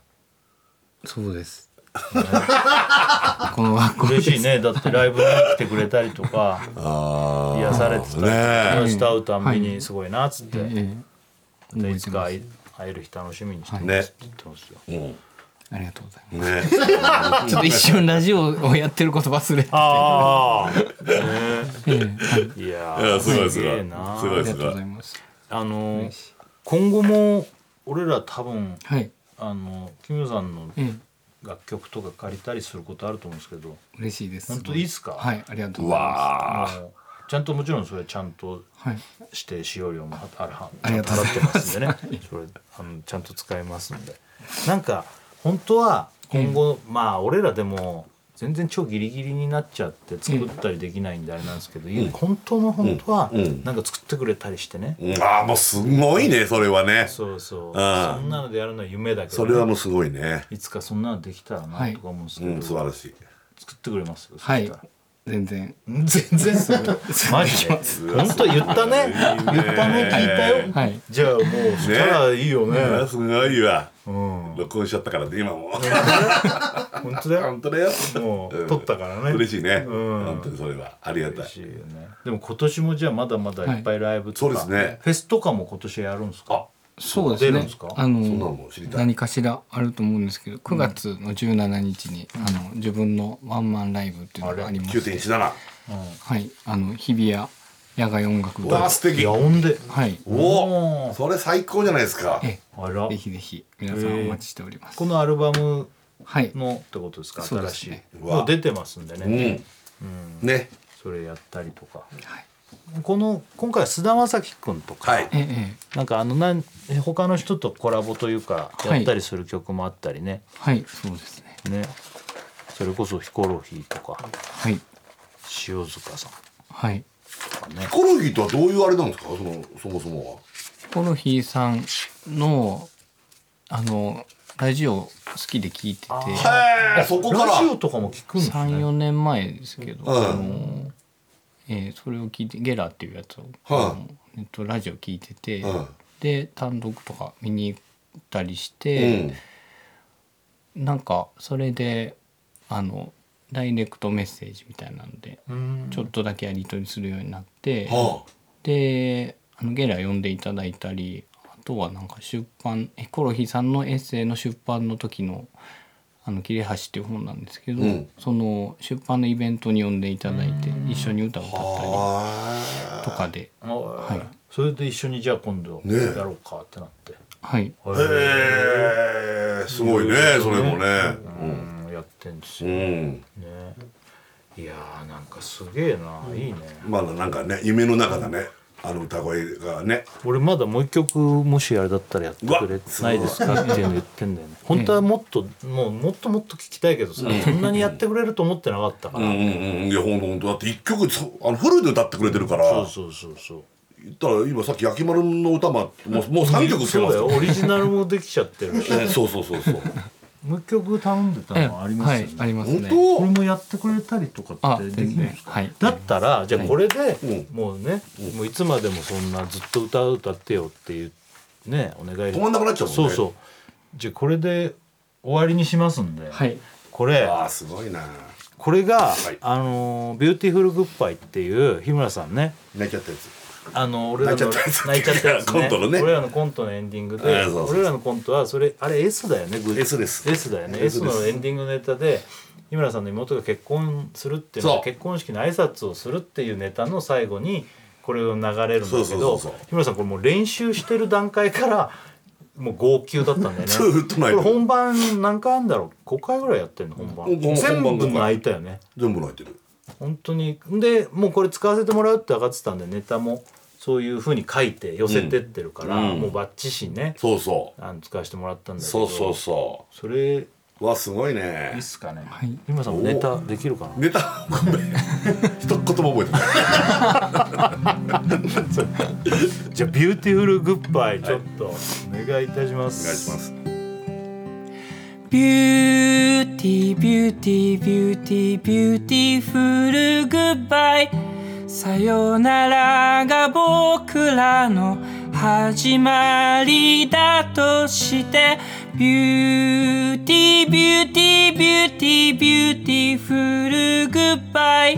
そうです。 この学校で
嬉しいねだってライブに来てくれたりとか
いはいああ
癒されてた
ねえ
明日会うたんびにすごいなっつって、
ええ
でいつか会える日楽しみにしてます
ね
って言ってますよ、
ありがとうございま
ね
す。ちょっと一瞬ラジオをやってること忘れて。
ああ、ね、
ええはい
いや
いや
ー
すごい
す
すごい
げえな
すご
あり
い
がとうございます。
あの
嬉しい
今後も俺ら多分
はい。
あのキムさんの
ええ
楽曲とか借りたりすることあると思うんですけど
嬉しいです。
本当いいっすか
はい、ありがとう
う
ございます。
わあ
あのちゃんともちろんそれはちゃんと
はい。
指定使用料もあれは
ありがとうございます
払ってますんでねそれあのちゃんと使えますんでなんか本当は今後、まあ俺らでも全然超ギリギリになっちゃって作ったりできないんであれなんですけど、本当の本当は
うん
なんか作ってくれたりしてね、
うんああもうすごいねそれはね
そうそう、
ああ
そんなのでやるのは夢だけど
そ
ね、
れはもうすごいね
いつかそんなのできたらなとか思うんですけ
う
ど、
ん素晴らしい
作ってくれます
は
そ
い
したら。
全然。
全 然するマジで本当言ったね言ったね聞いたよ
はい。
じゃあもうそしたらいいよね
ねすごいわ
うん
録音しちゃったからね今も
本当だよ
本当だよ
も
うん
う取ったからね
嬉しいね
うん
本当にそれはありがた
嬉
い
しいよねでも今年もじゃあまだまだいっぱいライブとか、
はいそうですね
フェスとかも今年やるんですか
そうです
出るん
ね
ですか
あ
そんなの
の
も知りたい
何かしらあると思うんですけど9月の17日に、あの自分のワンマンライブっていうのがありま
九
す
点一七。
はいあの日比谷野外音楽
わあ
堂
素敵。
ほんで
はい
お
お
お、それ最高じゃないですか。
え
あら
ぜひぜひ皆さんお待ちしております
このアルバム
はい
のってことですか
そうで
新
す
しい
ね
わ
もう出てますんでね、
うん。ね。
それやったりとか、
はい
この今回は菅田将暉君とか、
はい。
ええ
なんかあのなん他の人とコラボという
は
か
い
やったりする曲もあったりね,、
はいそうですね
ねそれこそヒコロヒーとか
はい
塩塚さん
はい
ヒコロヒーとはどういうあれなんですか。そのそもそもは。
コロヒーさんのあのラジオ好きで聞いてて
へえ、そこか
ラ
ら
ジ。オとかも聞くんですね
34年前ですけど、
うん
あのえーそれを聞いてゲラっていうやつを、
は
あのネットラジオ聞いてて、
うん
で単独とか見に行ったりし
う
て
ん、。
なんかそれであのダイレクトメッセージみたいなので、ちょっとだけやり取りするようになって、
は
であのゲラ読んでいただいたりあとはなんか出版ヒコロヒーさんのエッセイの出版の時の「あの切れ端」っていう本なんですけど、
うん
その出版のイベントに呼んでいただいて一緒に歌を歌
あ。
っ
は
たりとかで、
はい
い、
それで一緒にじゃあ今度
ねえ
やろうかってなって、
はい、
あ。へえ、すごいね、それもね。
うんやってんです
う
よ、
ん。
ねいやーなんかすげえな、いいね
まだなんかね、夢の中だね。あの歌声がね。
俺まだもう一曲もしあれだったらやってく
うわ
れないですかっていうの言ってんだよね本当はもっともうもっともっと聞きたいけどさ、そんなにやってくれると思ってなかったか
うん
ら、
うんうん。いや、ほんとほんと。だって一曲、そあのフルで歌ってくれてるから。
そうそうそうそう
言ったら今さっき焼き丸の歌ももうもう三曲してま
そう
す
だよ
よ。
オリジナルもできちゃってるし
えそうそうそうそう。
もう一 曲頼んでたのありますよ ね、
はい、あります
本
ね。
これ
当。
もやってくれたりとか
あ
ってできる
全
んで
然
すか
はい
だったらじゃあこれで
う
もうねもういつまでもそんなずっと歌う歌ってよっていうねお願い
止まんなくなっちゃうもんね
そうそうじゃあこれで終わりにしますんで、
はい
これ
ああすごいな。
これが、
い
あのービューティフルグッバイっていう日村さんね
泣いちゃったやつ。
あの俺らの
泣いちゃったやつ
泣いちゃったやつね
コントのね
俺らのコントのエンディングで
あそうそうそう
俺らのコントはそれあれ S だよねグ
S です。
S だよね S
S です
のエンディングネタで日村さんの妹が結婚するっていうの
そう
結婚式の挨拶をするっていうネタの最後にこれを流れるんだ
そうそう
け
そ
ど
うそう
日村さんこれもう練習してる段階からもう号泣だった んだよね
ずーっと泣いてる
これ本番何回あんだろう5回ぐらいやってんの本
本番
番全部泣いたよね
全部泣いてる。
本当にでもうこれ使わせてもらうって上がってたんでネタもそういう風に書いて寄せてってるから、
うんうん
もうバッチシね
そうそ
あの使わせてもらったん
う。
だけ
そ
ど
うそうそ
それ
う。わすごい
いい
ね
っ。すかね。
はい
日村さんもネタできるかな。
ネタごめん。一言も覚えてない。
じゃあビューティフルグッバイちょっとお願いいたします。
お願いします。
ビューティービューティービューティービューティフルグッバイさよならが僕らの始まりだとしてビューティービューティービューティービューティフルグッバイ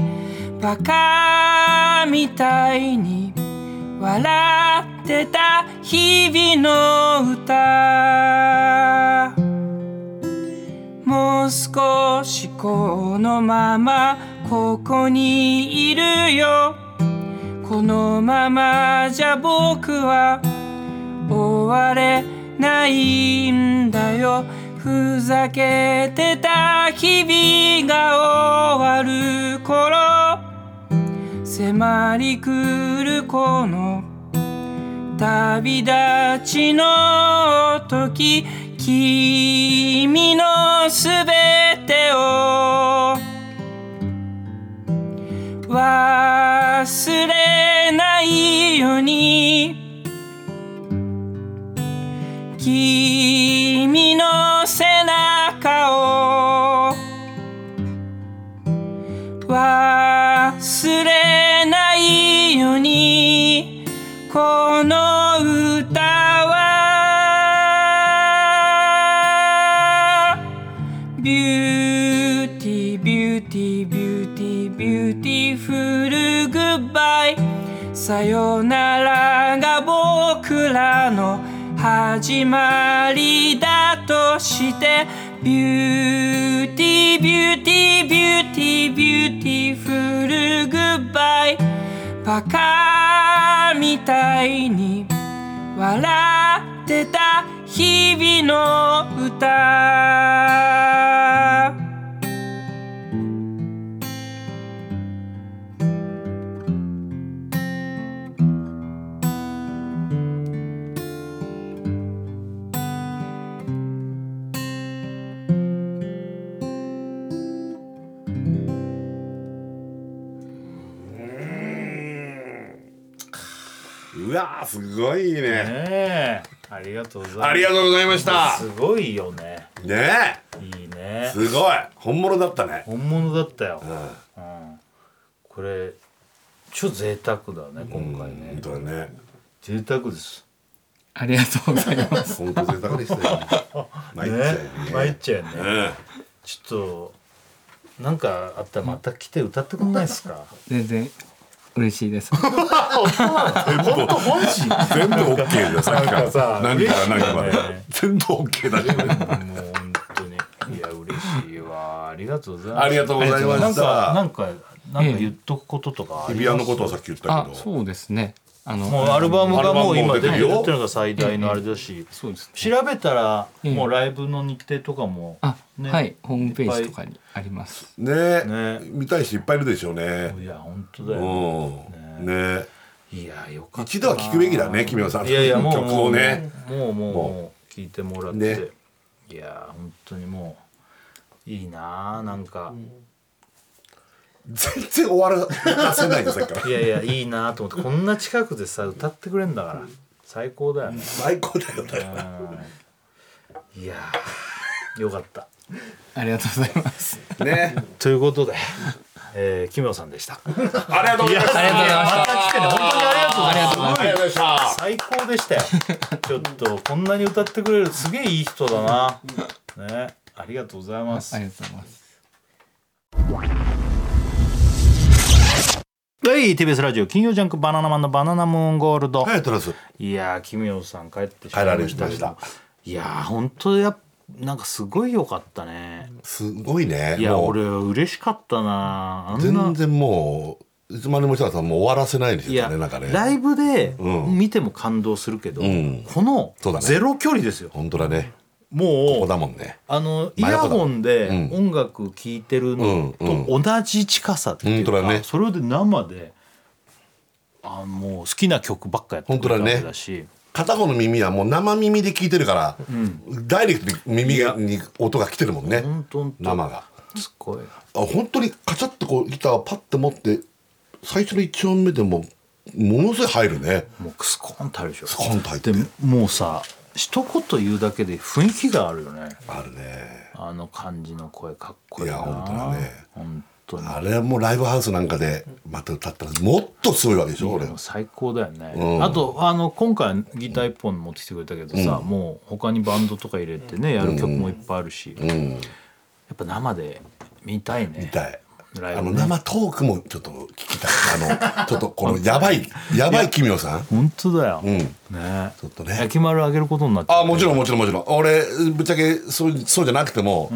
バカみたいに笑ってた日々の歌もう少しこのままここにいるよこのままじゃ僕は終われないんだよふざけてた日々が終わる頃迫り来るこの旅立ちの時君のすべてを忘れないように君の背中を忘れないようにこの歌はビューティービューティービューティービューティフルグッバイさよならが僕らの始まりだとしてビューティービューティービューティービューティフルグッバイバカみたいに笑ってた日々の歌
うわーすごいね
えありがとうございます
ありがとうございました
すごいよね
ね
いい
え
ね
すごい本物だったね
本物だったよ、
うん
これ超贅沢だね今回ね、
本当だね
贅沢です
ありがとうございます
本当贅沢でしたよね参っちゃうよね
参っちゃうよね
うん
ちょっとなんかあったらまた来て歌ってくんないですか
全然嬉しいです
本当本心全部 OK だよさっきか
なんからさ
何から何まで
嬉しいよね
全部 OK だね
もう本当にいや嬉しいわありがとうございます
ありがとうございま
なん
し
かな
た
んかなんか言っとくこととかあ
日
り
比谷のことはさっき言った
あ
けど
そうですねあの
もうアルバムがもう今出てる
アルバムも出てるよ
っていうのが最大のあれだし
そうです
調べたら
ええ
もうライブの日程とかも
あ、
ね
はいホームページとかにあります
ね
ね
え見たい人いっぱいいるでしょうね
いや本当
う
だ
ん
よ
ねえ
いやよかった
一度は聞くべきだね君はさん
いやいやもう
曲
も
を
う
ね
もうもうもう聞いてもらって、
ね
いやー本当にもういいなーなんか、
全然終わらせないでさっきから
いやいやいいなーと思ってこんな近くでさ歌ってくれんだから最高だよね、
最高だよね
いやーよかった
ありがとうございます
ね
ということで、えー、キミさんでした
ありがとうございました
ありがとうございました
来てね本当にありがとうございます
ありがとうございました
最高でしたよちょっとこんなに歌ってくれるすげえいい人だなねありがとうございます
ありがとうございます
はい、TBS ラジオ金曜ジャンクバナナマンのバナナムーンゴールド。
はいトラス
い、やー、キミヨさん帰ってし
帰られま
けど
した
いやー、本当やっなんかすごい良かったね。
すごいね
いや、
もう
俺嬉しかったな。あんな
全然もういつまでも設楽さんもう終わらせないです
い
よ
や、
ねなんかね
ライブで
うん
見ても感動するけど、
うん
この
そうだね
ゼロ距離ですよ。
本当だねこ
も
こ
う
だもんね
あのイ
真
ヤ
横だ
ホンで
うん
音楽聴いてるのと同じ近さっていうか、
うん本当だね
それで生であもう好きな曲ばっかやってくれたわけだし。
片方の耳はもう生耳で聞いてるから、ダイレクトに耳がに音が来てるもんね
ほんとほんと
生が
すっごい
あ本当にカチャッとこうギターをパッて持って最初の1音目でもものすごい入るね
もうスコーンってあるでしょ
スコーンと入って
でもうさ一言言うだけで雰囲気があるよね
あるね
あの感じの声かっこいい
い
な
やほんとだね
ほんとに
あれはもうライブハウスなんかでまた歌ったらもっとすごいわけでしょ俺
もう最高だよね、
うん
あとあの今回ギター1本持ってきてくれたけどさ、もう他にバンドとか入れてねやる曲もいっぱいあるし、や
うん
っぱ生で見たいね
見たい
ラ
あ
イブ
の
ね
生トークもちょっと聞きたい あのちょっとこのやばいやばい奇妙さん
本当だよ、
うん
ねち
ょっとね
焼き丸あげることになっちゃ
あ
う
もちろんもちろんもちろん俺ぶっちゃけそうそうじゃなくても、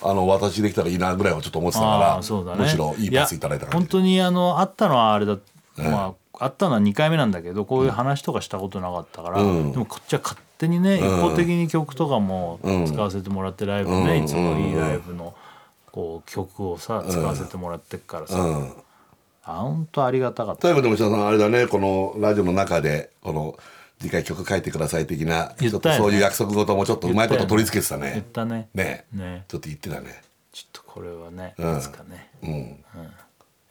あの私できたらいいなぐらいはちょっと思ってた
あ
か
あーそうだ
ら、
ね、
むしろいいパスいただいた
や
から
本当にあのあったのはあれだ、まああったのは2回目なんだけどこういう話とかしたことなかったから、
うん
でもこっちは勝手にね、一方的に曲とかも使わせてもらってライブね、
うん
いつもいいライブのこう曲をさ使わせてもらってっからさ、
うん
あ本当ありがたかった
ということで吉田さんあれだねこのラジオの中でこの次回曲書いてください的な、
言
ちょ
っ
っと
たよね
そういう約束事もちょっとうまいこと取り付けてたね
言ったね
ね
ね
ちょっと言ってたね
ちょっとこれはね、
うん
いつかね
うん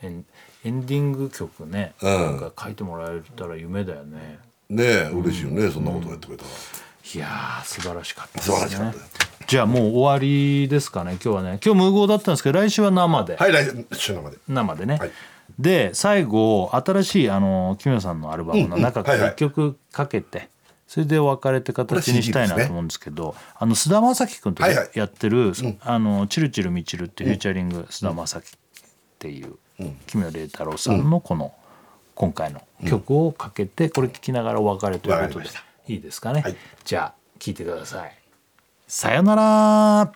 エンエンディング曲ね、
うん
なんか書いてもらえたら夢だよね
ねえ嬉しいよね、そんなことやってくれたら、
いやー素晴らしかったで
素
すね
晴らしかったよ
じゃあもう終わりですかね今日はね今日無言だったんですけど来週は生で、
はい来週のまで
生でね、
はい
で最後新しいあのキムヨさんのアルバムの中か
うんうんはいは
ら
い
1曲かけて、それでお別れって形にしたいな
これは CD ですね
と思うんですけどあの菅田将暉君と
はいはい
やってる「あのチルチルみちる」っていうフューチャリング菅田将暉っていうキムヨレイ太郎さんのこの今回の曲をかけてこれ聴きながらお別れということ
わかりま
で
した
いいですかね、
はい
じゃあ聞いてくださいさよなら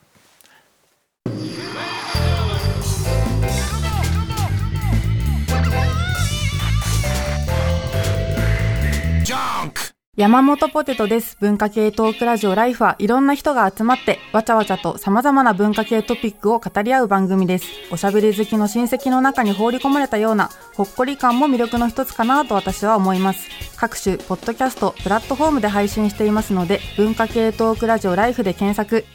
山本ポテトです。文化系トークラジオライフはいろんな人が集まってわちゃわちゃと様々な文化系トピックを語り合う番組です。おしゃべり好きの親戚の中に放り込まれたようなほっこり感も魅力の一つかなと私は思います。各種、ポッドキャスト、プラットフォームで配信していますので文化系トークラジオライフで検索、